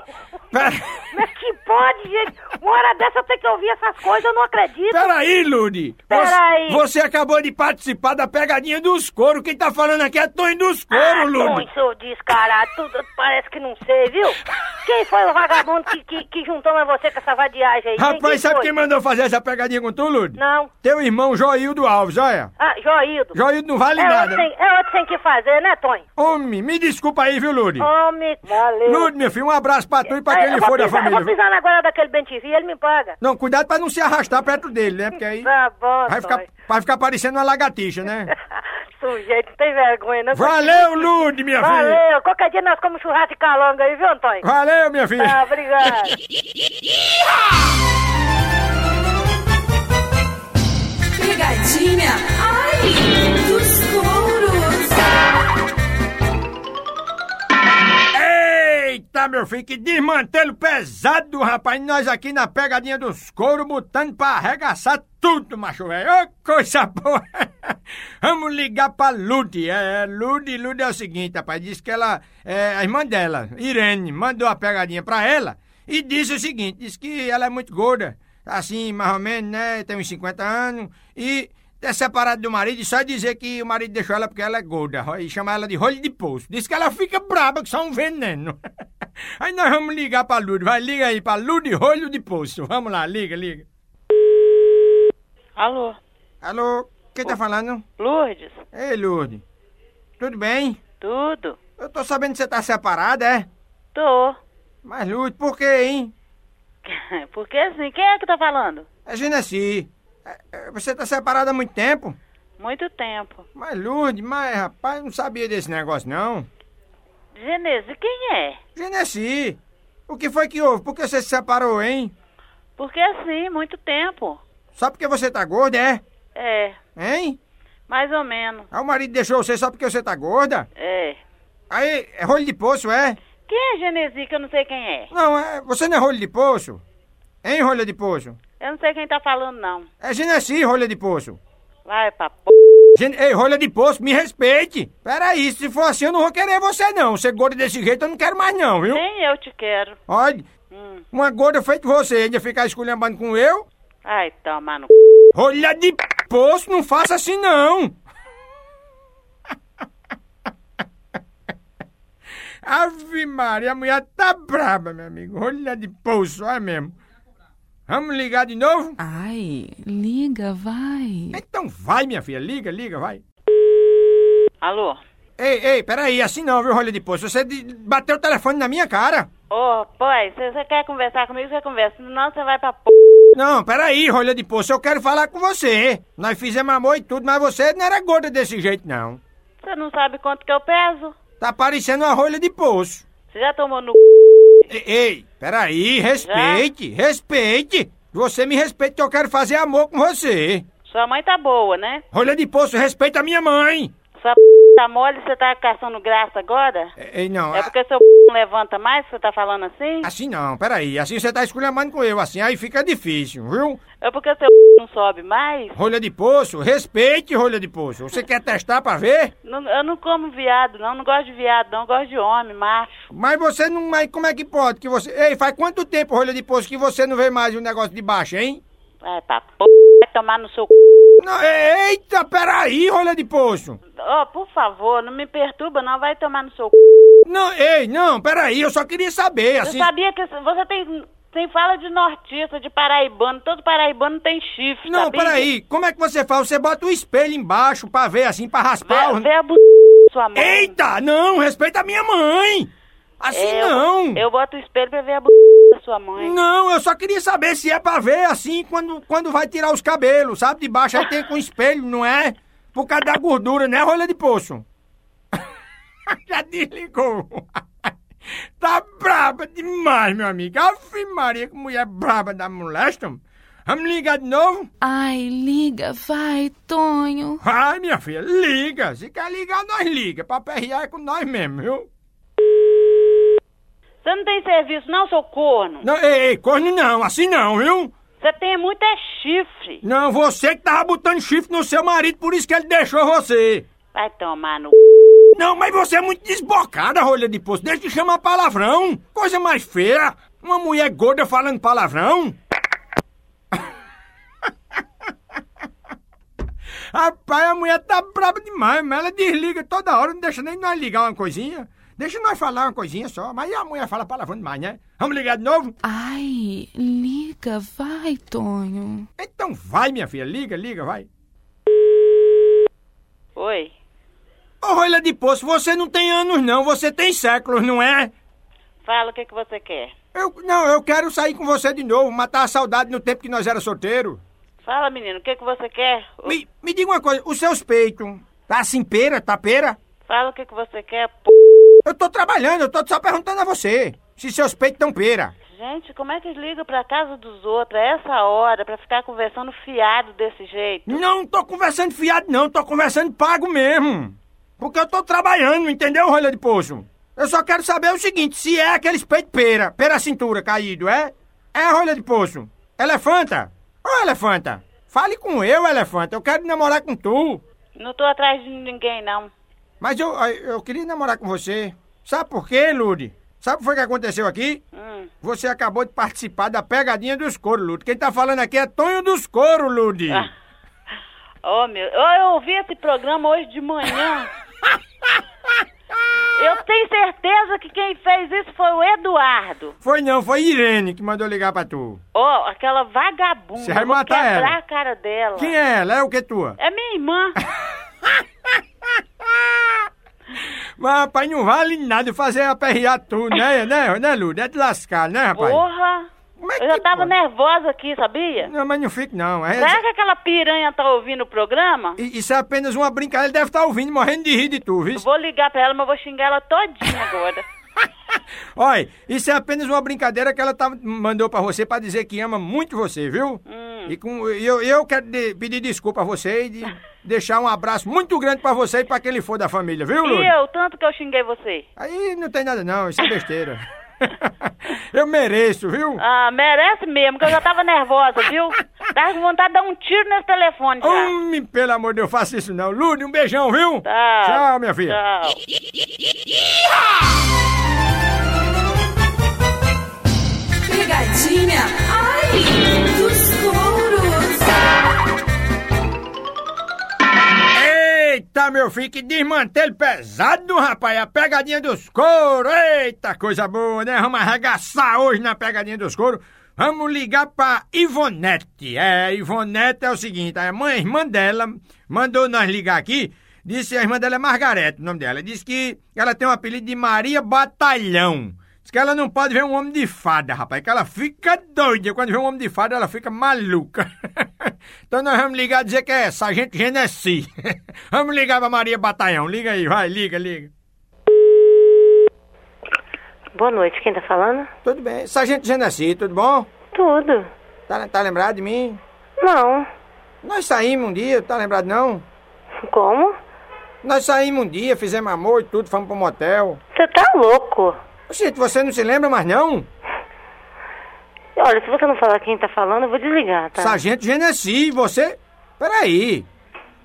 Speaker 1: Pera...
Speaker 8: <laughs> Mas que pode, gente? Uma hora dessa eu tenho que ouvir essas coisas, eu não acredito.
Speaker 1: Peraí, Lude.
Speaker 8: Peraí.
Speaker 1: Você, você acabou de participar da pegadinha dos couro. Quem tá falando aqui é Tonho dos couro,
Speaker 8: ah,
Speaker 1: Lude.
Speaker 8: Tom, seu descarado, tudo parece que não sei, viu? Quem foi o vagabundo que, que, que juntou mais você com essa vadiagem aí? Ninguém
Speaker 1: Rapaz, sabe
Speaker 8: foi.
Speaker 1: quem mandou fazer essa pegadinha com tu, Lude?
Speaker 8: é Não.
Speaker 1: Teu irmão Joildo Alves, olha.
Speaker 8: Ah, Joildo.
Speaker 1: Joildo não vale
Speaker 8: é
Speaker 1: nada.
Speaker 8: Outro sem, é outro sem que fazer, né, Tonho?
Speaker 1: Homem, me desculpa aí, viu, Lude?
Speaker 8: Homem, valeu.
Speaker 1: Lude, meu filho, um abraço pra tu e pra
Speaker 8: Ah,
Speaker 1: quem
Speaker 8: Oh, eu
Speaker 1: ele
Speaker 8: vou
Speaker 1: for da
Speaker 8: pisar- Eu vou
Speaker 1: família.
Speaker 8: pisar na goela daquele Bentivi, ele me paga.
Speaker 1: Não, cuidado pra não se arrastar perto dele, né? Porque aí
Speaker 8: Tá bom,
Speaker 1: vai ficar,
Speaker 8: Tonho.
Speaker 1: vai ficar parecendo uma lagartixa,
Speaker 8: <laughs>
Speaker 1: né?
Speaker 8: Sujeito, não tem vergonha, não.
Speaker 1: Valeu, Lude, minha filha.
Speaker 8: Valeu. Qualquer dia nós comemos churrasco e calanga aí, viu, Antônio?
Speaker 1: Valeu, minha filha.
Speaker 8: Tá, <laughs> obrigado.
Speaker 2: Pegadinha, ai, dos touros.
Speaker 1: Eita, meu filho, que desmantelo pesado do rapaz. Nós aqui na pegadinha dos couro, botando pra arregaçar tudo, macho velho. Ô, coisa boa. Vamos ligar pra Lude. É, Lude, Lude é o seguinte, rapaz. Diz que ela, é, a irmã dela, Irene, mandou a pegadinha pra ela e disse o seguinte. Diz que ela é muito gorda, assim, mais ou menos, né? Tem uns 50 anos e... É separada do marido e só dizer que o marido deixou ela porque ela é gorda. ó, E chamar ela de rolho de poço. Diz que ela fica braba, que só um veneno. <laughs> Aí nós vamos ligar pra Lude. Vai, liga aí pra Lude Rolho de Poço. Vamos lá, liga, liga.
Speaker 14: Alô,
Speaker 1: Alô, quem tá falando?
Speaker 14: Lourdes?
Speaker 1: Ei, Lude. Tudo bem?
Speaker 14: Tudo?
Speaker 1: Eu tô sabendo que você tá separada, é?
Speaker 14: Tô.
Speaker 1: Mas, Lude, por quê, hein?
Speaker 14: <laughs> Por que assim? Quem é que tá falando?
Speaker 1: É Genesi. É, é, Você tá separada há muito tempo?
Speaker 14: Muito tempo.
Speaker 1: Mas, Lude, mas, rapaz, não sabia desse negócio, não.
Speaker 14: Genese, quem é?
Speaker 1: Genesi, o que foi que houve? Por que você se separou, hein?
Speaker 14: Por que assim? Muito tempo.
Speaker 1: Só porque você tá gorda, é?
Speaker 14: É,
Speaker 1: Hein?
Speaker 14: mais ou menos.
Speaker 1: Aí o marido deixou você só porque você tá gorda?
Speaker 14: É.
Speaker 1: Aí, é rolho de poço, é?
Speaker 14: Quem é Genesi que eu não sei quem é?
Speaker 1: Não, é, você não é rolho de poço? Hein, rolha de poço?
Speaker 14: Eu não sei quem tá falando, não.
Speaker 1: É Genesi, rolha de poço.
Speaker 14: Vai pra p...
Speaker 1: Gen Ei, rolha de poço, me respeite. Peraí, se for assim eu não vou querer você não. Você gorda desse jeito eu não quero mais não, viu?
Speaker 14: Nem eu te quero.
Speaker 1: Olha,
Speaker 14: Hum.
Speaker 1: uma gorda feito você ainda ficar esculhambando com eu?
Speaker 14: Ai, toma no c...
Speaker 1: Rolha de poço, não faça assim não. <laughs> Ave Maria, a mulher tá braba, meu amigo. Rolha de poço, olha mesmo. Vamos ligar de novo?
Speaker 4: Ai, liga, vai.
Speaker 1: Então vai, minha filha, liga, liga, vai.
Speaker 14: Alô?
Speaker 1: Ei, ei, peraí, assim não, viu, rolha de poço. Você de- bateu o telefone na minha cara.
Speaker 14: Ô, pai, se você quer conversar comigo, você conversa. Senão você vai pra p...
Speaker 1: Não, peraí, rolha de poço, eu quero falar com você. Nós fizemos amor e tudo, mas você não era gorda desse jeito, não.
Speaker 14: Você não sabe quanto que eu peso?
Speaker 1: Tá parecendo uma rolha de poço.
Speaker 14: Você já tomou no c...
Speaker 1: Ei, ei peraí, respeite, respeite. Você me respeita que eu quero fazer amor com você.
Speaker 14: Sua mãe tá boa, né?
Speaker 1: Rolha de poço, respeita a minha mãe.
Speaker 14: Sua p tá mole, você tá caçando graça agora?
Speaker 1: Ei, não,
Speaker 14: É
Speaker 1: a-
Speaker 14: porque seu p não levanta mais que você tá falando assim?
Speaker 1: assim não, peraí, assim você tá esculhambando com eu, assim aí fica difícil, viu?
Speaker 14: É porque seu <laughs> p não sobe mais?
Speaker 1: Rolha de poço, respeite rolha de poço. Você quer testar pra ver?
Speaker 14: Não- eu não como viado, não. Não gosto de viado, não. Gosto de homem, macho.
Speaker 1: Mas você não. Mas como é que pode? Que você. Ei, faz quanto
Speaker 14: É,
Speaker 1: tempo, rolha de poço, que você não vê mais o negócio de baixo, hein?
Speaker 14: Vai pra p... Vai tomar no seu c...
Speaker 1: Não, é, eita, peraí, olha de poço.
Speaker 14: Ó, por favor, não me perturba, não. Vai tomar no seu c.
Speaker 1: Não, ei, não, peraí, eu só queria saber, assim.
Speaker 14: Eu sabia que você tem, tem fala de nortista, de paraibano. Todo paraibano tem chifre,
Speaker 1: Não,
Speaker 14: sabia?
Speaker 1: peraí, como é que você faz? Você bota o espelho embaixo pra ver, assim, pra raspar.
Speaker 14: Vê, vê a bu... sua mãe.
Speaker 1: Eita, não, respeita a minha mãe. Assim
Speaker 14: É, Eu-
Speaker 1: não.
Speaker 14: Eu boto o espelho pra ver a b... da sua mãe.
Speaker 1: Não, eu só queria saber se é pra ver, assim, quando, quando vai tirar os cabelos, sabe? De baixo aí tem com espelho, não é? Por causa da gordura, né, rolha de poço? <laughs> Já desligou. <laughs> tá braba demais, meu amigo. Aff, Maria, que mulher braba da molesta. Vamos ligar de novo?
Speaker 4: Ai, liga, vai, Tonho.
Speaker 1: Ai, minha filha, liga. Se quer ligar, nós liga. Pra PRA é com nós mesmo, viu?
Speaker 14: Você não tem serviço, não, seu corno?
Speaker 1: Não, ei, ei, corno não, assim não, viu?
Speaker 14: Você tem muito é chifre.
Speaker 1: Não, você que tava botando chifre no seu marido, por isso que ele deixou você.
Speaker 14: Vai tomar no c.
Speaker 1: Não, mas você é muito desbocada, rolha de poço. Deixa de chamar palavrão. Coisa mais feia. Uma mulher gorda falando palavrão. Rapaz, a mulher tá braba demais, mas ela desliga toda hora, não deixa nem nós ligar uma coisinha. Deixa nós falar uma coisinha só, mas a mulher fala palavrão demais, né? Vamos ligar de novo?
Speaker 4: Ai, liga, vai, Tonho.
Speaker 1: Então vai, minha filha, liga, liga, vai.
Speaker 14: Oi.
Speaker 1: Ô, rolha de poço, você não tem anos não, você tem séculos, não é?
Speaker 14: Fala o que, que você quer.
Speaker 1: Eu, não, eu quero sair com você de novo, matar a saudade no tempo que nós era solteiro.
Speaker 14: Fala, menino, o que, que você quer? O-
Speaker 1: Me, me diga uma coisa, os seus peitos, tá assim pera, tá pera?
Speaker 14: Fala o que, que você quer, p.
Speaker 1: Eu tô trabalhando, eu tô só perguntando a você se seus peitos tão pera.
Speaker 14: Gente, como é que liga pra casa dos outros a essa hora pra ficar conversando fiado desse jeito?
Speaker 1: Não tô conversando fiado não, tô conversando pago mesmo. Porque eu tô trabalhando, entendeu, rolha de poço? Eu só quero saber o seguinte, se é aqueles peitos pera, pera cintura caído, é? É, rolha de poço? Elefanta? Ô, elefanta, fale com eu, elefanta, eu quero namorar com tu.
Speaker 14: Não tô atrás de ninguém, não.
Speaker 1: Mas eu, eu queria namorar com você. Sabe por quê, Lude? Sabe o que foi que aconteceu aqui?
Speaker 14: Hum.
Speaker 1: Você acabou de participar da pegadinha dos couro, Lude. Quem tá falando aqui é Tonho dos Couro, Lude.
Speaker 14: Ah. Oh, meu. Eu, eu ouvi esse programa hoje de
Speaker 1: <laughs>
Speaker 14: manhã. eu tenho certeza que quem fez isso foi o Eduardo.
Speaker 1: Foi não, foi Irene que mandou ligar pra tu.
Speaker 14: Oh, aquela vagabunda.
Speaker 1: Você vai
Speaker 14: Eu vou
Speaker 1: matar
Speaker 14: quebrar
Speaker 1: ela.
Speaker 14: a cara dela.
Speaker 1: Quem é ela? É o que tua?
Speaker 14: É minha irmã.
Speaker 1: Mas, rapaz, não vale nada fazer a PRA tu, né, <laughs> né, né, Lude? <laughs> É de lascar, né, rapaz?
Speaker 14: Porra.
Speaker 1: Como é
Speaker 14: eu já
Speaker 1: que
Speaker 14: tava
Speaker 1: pode?
Speaker 14: nervosa aqui, sabia?
Speaker 1: Não, mas não fique não. É-
Speaker 14: Será que aquela piranha tá ouvindo o programa?
Speaker 1: I- Isso é apenas uma brincadeira. Ele deve estar ouvindo, morrendo de rir de tu, viu?
Speaker 14: Eu Vou ligar pra ela, mas vou xingar ela todinha agora.
Speaker 1: Olha, isso é apenas uma brincadeira que ela tá, mandou pra você pra dizer que ama muito você, viu?
Speaker 14: Hum.
Speaker 1: E com, e eu, eu quero de- pedir desculpa a você
Speaker 14: <laughs>
Speaker 1: e de- deixar um abraço muito grande pra você e pra aquele for da família, viu, Lu?
Speaker 14: E eu, tanto que eu xinguei você.
Speaker 1: Aí não tem nada não, isso é besteira. <laughs> eu mereço, viu?
Speaker 14: Ah, merece mesmo, que eu já tava nervosa, viu? Tava com vontade de dar um tiro nesse telefone já.
Speaker 1: Homem, pelo amor de Deus, faça isso não. Lude, um beijão, viu?
Speaker 14: Tá.
Speaker 1: Tchau, minha filha.
Speaker 14: Tchau.
Speaker 2: Pegadinha, ai, dos touros.
Speaker 1: Eita, meu filho, que desmantelho pesado, rapaz. A pegadinha dos couro. Eita, coisa boa, né? Vamos arregaçar hoje na pegadinha dos couro. Vamos ligar pra Ivonete. É, Ivonete é o seguinte, a mãe, a irmã dela mandou nós ligar aqui. Disse, a irmã dela é Margarete, o nome dela. Disse que ela tem o apelido de Maria Batalhão. Diz que ela não pode ver um homem de fada, rapaz, que ela fica doida. Quando vê um homem de fada, ela fica maluca. então nós vamos ligar e dizer que é Sargento Genesi. <laughs> vamos ligar pra Maria Batalhão. Liga aí, vai, liga, liga.
Speaker 15: Boa noite, quem tá falando?
Speaker 1: Tudo bem. Sargento Genesi, tudo bom?
Speaker 15: Tudo.
Speaker 1: Tá, tá lembrado de mim?
Speaker 15: Não.
Speaker 1: Nós saímos um dia, tá lembrado não?
Speaker 15: Como?
Speaker 1: Nós saímos um dia, fizemos amor e tudo, fomos pro motel.
Speaker 15: Você tá louco?
Speaker 1: Gente, você não se lembra mais não?
Speaker 15: Olha, se você não falar quem tá falando, eu vou desligar, tá?
Speaker 1: Sargento Genesi, você. Peraí.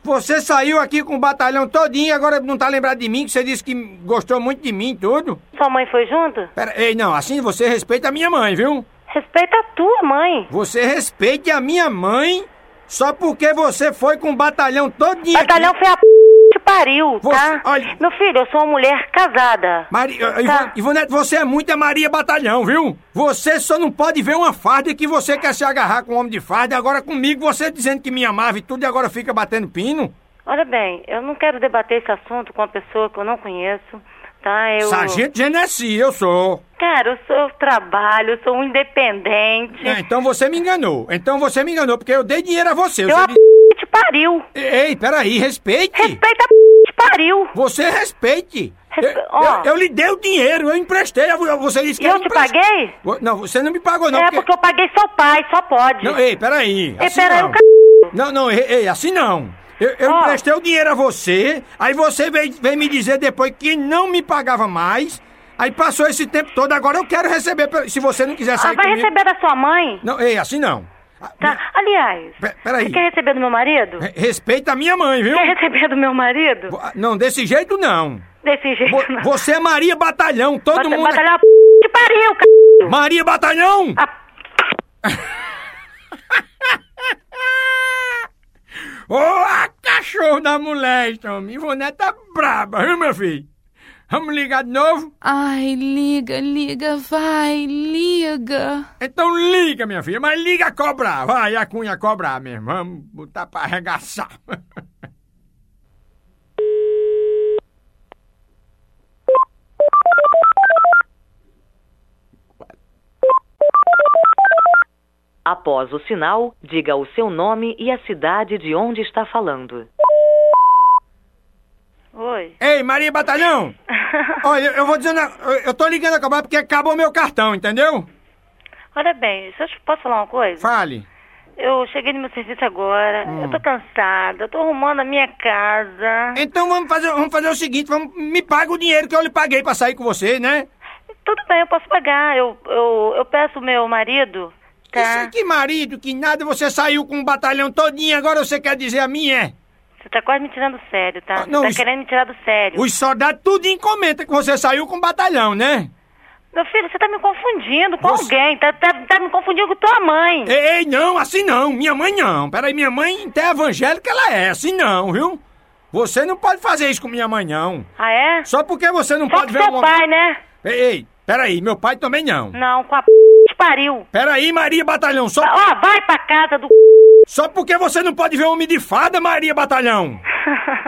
Speaker 1: Você saiu aqui com o batalhão todinho e agora não tá lembrado de mim, que você disse que gostou muito de mim e tudo?
Speaker 15: Sua mãe foi junto?
Speaker 1: Pera, ei, não, assim você respeita a minha mãe, viu?
Speaker 15: Respeita a tua mãe.
Speaker 1: Você respeite a minha mãe, Só porque você foi com o batalhão todinho.
Speaker 8: Batalhão foi a p que pariu, tá? Meu filho, eu sou uma mulher casada. Tá?
Speaker 1: Maria, Ivonete, você é muita Maria Batalhão, viu? Você só não pode ver uma farda que você quer se agarrar com um homem de farda. Agora comigo você dizendo que me amava e tudo e agora fica batendo pino.
Speaker 8: Olha bem, eu não quero debater esse assunto com uma pessoa que eu não conheço, tá? Eu...
Speaker 1: Sargento Genesi, eu sou.
Speaker 8: Cara, eu sou eu trabalho, eu sou um independente.
Speaker 1: É, então você me enganou. Então você me enganou, porque eu dei dinheiro a você.
Speaker 8: Eu
Speaker 1: você
Speaker 8: a
Speaker 1: disse-
Speaker 8: p te pariu.
Speaker 1: Ei, peraí, respeite.
Speaker 8: Respeita a p te pariu.
Speaker 1: Você respeite. Eu, eu- eu lhe dei o dinheiro, eu emprestei. a vo- Você disse que
Speaker 8: Eu
Speaker 1: não
Speaker 8: te
Speaker 1: emprestei.
Speaker 8: paguei?
Speaker 1: Vo- Não, você não me pagou, não.
Speaker 8: É porque eu paguei seu pai, só pode.
Speaker 1: Não, ei, peraí.
Speaker 8: Ei,
Speaker 1: assim
Speaker 8: peraí,
Speaker 1: não.
Speaker 8: o c******.
Speaker 1: Não, não, ei, ei, assim não. Eu, eu
Speaker 8: Ah.
Speaker 1: emprestei o dinheiro a você, aí você veio, veio me dizer depois que não me pagava mais. Aí passou esse tempo todo, agora eu quero receber. pelo- Se você não quiser sair
Speaker 8: Ah, vai
Speaker 1: comigo-
Speaker 8: receber da sua mãe?
Speaker 1: Não, ei, assim não.
Speaker 8: Tá. Aliás,
Speaker 1: Pe- Peraí.
Speaker 8: você quer receber do meu marido?
Speaker 1: Re- Respeita a minha mãe, viu?
Speaker 8: Quer receber do meu marido?
Speaker 1: Vo- Não, desse jeito não.
Speaker 8: Desse jeito,
Speaker 1: Vo-
Speaker 8: não.
Speaker 1: Você é Maria Batalhão, todo
Speaker 8: Bata-
Speaker 1: mundo. é
Speaker 8: Batalhão, p... que pariu, c...
Speaker 1: Maria Batalhão! <laughs> Ô, a cachorro da mulher, homem. Ivonete tá braba, viu, meu filho? Vamos ligar de novo?
Speaker 9: Ai, liga, liga, vai, liga.
Speaker 1: Então liga, minha filha, mas liga a cobrar. Vai, a cunha cobrar mesmo. Vamos botar pra arregaçar.
Speaker 5: Após o sinal, diga o seu nome e a cidade de onde está falando.
Speaker 8: Oi.
Speaker 1: Ei, Maria
Speaker 8: <laughs>
Speaker 1: Batalhão! Olha, eu vou dizendo. a- eu- Eu tô ligando a cobrar porque acabou meu cartão, entendeu?
Speaker 8: Olha bem, se eu te- posso falar uma coisa?
Speaker 1: Fale.
Speaker 8: Eu cheguei no meu serviço agora, eu
Speaker 1: Hum.
Speaker 8: tô cansada, eu tô arrumando a minha casa.
Speaker 1: Então vamos fazer, vamos fazer o seguinte: vamos, me paga o dinheiro que eu lhe paguei pra sair com você, né?
Speaker 8: Tudo bem, eu posso pagar. Eu, eu, eu peço meu marido. tá?
Speaker 1: Isso, que marido, que nada, você saiu com o batalhão todinho, agora você quer dizer a minha? é?
Speaker 8: Você tá quase me tirando do sério, tá?
Speaker 1: Ah, não,
Speaker 8: tá
Speaker 1: isso-
Speaker 8: querendo me tirar do sério.
Speaker 1: Os soldados tudinho comenta que você saiu com o batalhão, né?
Speaker 8: Meu filho, você tá me confundindo com alguém. Tá, tá, tá me confundindo com tua mãe.
Speaker 1: Ei, ei, não, assim não, minha mãe não. Peraí, minha mãe até evangélica ela é, assim não, viu? Você não pode fazer isso com minha mãe, não.
Speaker 8: Ah, é?
Speaker 1: Só porque você não
Speaker 8: Só
Speaker 1: pode
Speaker 8: com
Speaker 1: ver
Speaker 8: seu
Speaker 1: um homem-
Speaker 8: pai, né?
Speaker 1: Ei, ei, peraí, meu pai também não.
Speaker 8: Não, com a p de pariu.
Speaker 1: Peraí, Maria Batalhão, só.
Speaker 8: Ó, vai pra casa do.
Speaker 1: Só porque você não pode ver um homem de fada, Maria
Speaker 8: <laughs>
Speaker 1: Batalhão.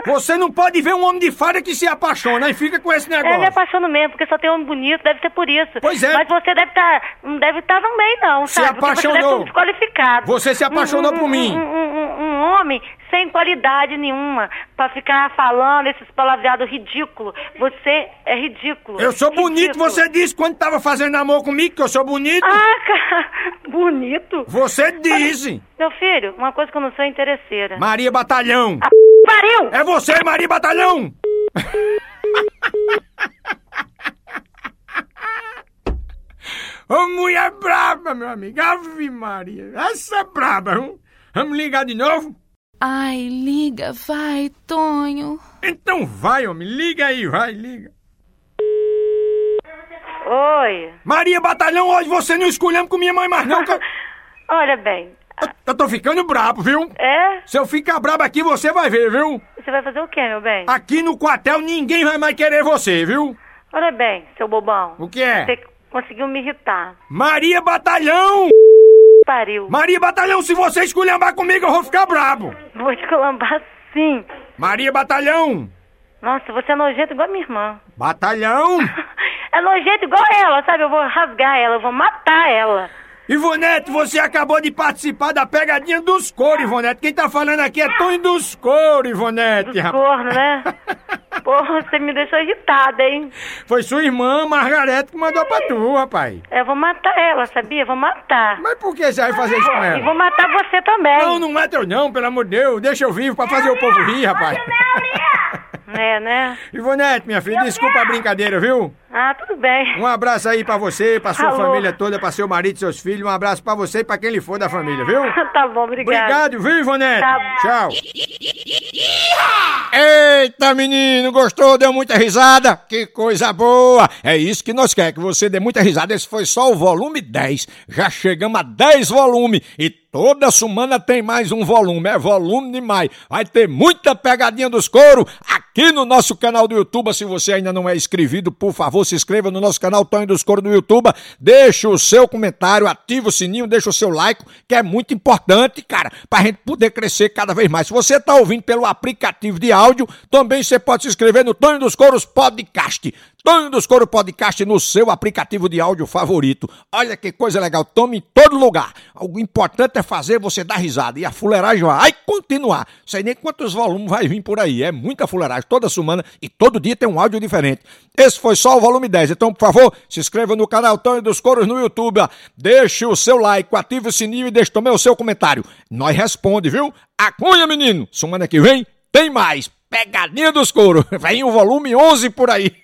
Speaker 1: Você não pode ver um homem de fada que se apaixona e fica com esse negócio.
Speaker 8: É, Eu me apaixono mesmo, porque só tem homem bonito, deve ser por isso.
Speaker 1: Pois é.
Speaker 8: Mas você deve estar. não deve estar também, não,
Speaker 1: Se
Speaker 8: sabe? Porque Você deve
Speaker 1: apaixonou.
Speaker 8: ser um desqualificado.
Speaker 1: Você se apaixonou
Speaker 8: Um- um-
Speaker 1: por mim.
Speaker 8: Um, um- um homem sem qualidade nenhuma, pra ficar falando esses palavreados ridículos. Você é ridículo.
Speaker 1: Eu sou bonito, você disse quando tava fazendo amor comigo que eu sou bonito.
Speaker 8: Ah, <laughs> cara, bonito.
Speaker 1: Você disse,
Speaker 8: Meu filho, uma coisa que eu não sou é interesseira.
Speaker 1: Maria Batalhão.
Speaker 8: Pariu!
Speaker 1: É você, Maria Batalhão. Ô, mulher é braba, meu amigo. Ave Maria. Essa é braba, viu? Vamos ligar de novo?
Speaker 9: Ai, liga, vai, Tonho.
Speaker 1: Então vai, homem. Liga aí, vai, liga.
Speaker 8: Oi.
Speaker 1: Maria Batalhão, hoje você não escolhemos com minha mãe mais não. que eu-
Speaker 8: Olha bem,
Speaker 1: Eu
Speaker 8: <laughs>
Speaker 1: tô ficando brabo, viu?
Speaker 8: É?
Speaker 1: Se eu ficar brabo aqui, você vai ver, viu?
Speaker 8: você vai fazer o quê, meu bem?
Speaker 1: Aqui no quartel ninguém vai mais querer você, viu?
Speaker 8: Olha bem, seu bobão.
Speaker 1: O que é?
Speaker 8: Você conseguiu me irritar.
Speaker 1: Maria Batalhão!
Speaker 8: Pariu.
Speaker 1: Maria Batalhão, se você esculhambar comigo, eu vou ficar brabo!
Speaker 8: Vou te colambar sim.
Speaker 1: Maria Batalhão!
Speaker 8: Nossa, você é nojento igual a minha irmã.
Speaker 1: Batalhão!
Speaker 8: É nojento igual ela, sabe? Eu vou rasgar ela, eu vou matar ela.
Speaker 1: Ivonete, você acabou de participar da pegadinha dos couro, Ivonete. Quem tá falando aqui é Tonho dos couro, Ivonete, rapaz. <laughs>
Speaker 8: Corno, né? Porra, você me deixou irritada, hein?
Speaker 1: Foi sua irmã, Margarete, que mandou pra tu, rapaz.
Speaker 8: Eu vou matar ela, sabia? Vou matar.
Speaker 1: Mas por que você vai fazer isso com
Speaker 8: E vou
Speaker 1: ela?
Speaker 8: matar você também.
Speaker 1: Não, não mata eu não, pelo amor de Deus. Deixa eu vivo pra fazer o povo rir, rapaz.
Speaker 8: É, né?
Speaker 1: Ivonete, minha filha, desculpa a brincadeira, viu?
Speaker 8: Ah, tudo bem.
Speaker 1: Um abraço aí pra você, pra sua
Speaker 8: Alô.
Speaker 1: família toda, pra seu marido, seus filhos. Um abraço pra você e pra quem lhe for da família, viu?
Speaker 8: <laughs> tá bom, obrigado.
Speaker 1: Obrigado, viu, Ivonete?
Speaker 8: Tá.
Speaker 1: Tchau.
Speaker 2: Eita, menino, gostou? Deu muita risada? Que coisa boa! É isso que nós quer, que você dê muita risada. Esse foi só o volume 10. Já chegamos a 10 volume e
Speaker 1: Toda semana tem mais um volume, é volume demais. Vai ter muita pegadinha dos couro aqui no nosso canal do YouTube. Se você ainda não é inscrito, por favor, se inscreva no nosso canal Tonho dos Couro no YouTube. Deixa o seu comentário, ativa o sininho, deixa o seu like, que é muito importante, cara, pra gente poder crescer cada vez mais. Se você tá ouvindo pelo aplicativo de áudio, também você pode se inscrever no Tonho dos Couros Podcast. Tonho dos Couro Podcast no seu aplicativo de áudio favorito. Olha que coisa legal, tome em todo lugar. O importante é fazer você dar risada. E a fuleiragem vai continuar. Sei nem quantos volumes vai vir por aí. É muita fuleiragem toda semana e todo dia tem um áudio diferente. Esse foi só o volume 10. Então, por favor, se inscreva no canal Tonho dos Coros no YouTube. ó. Deixe o seu like, ative o sininho e deixe também o seu comentário. Nós responde, viu? Acunha, menino. <laughs> Semana que vem tem mais. Pegadinha dos Coros. Vem o volume 11 por aí.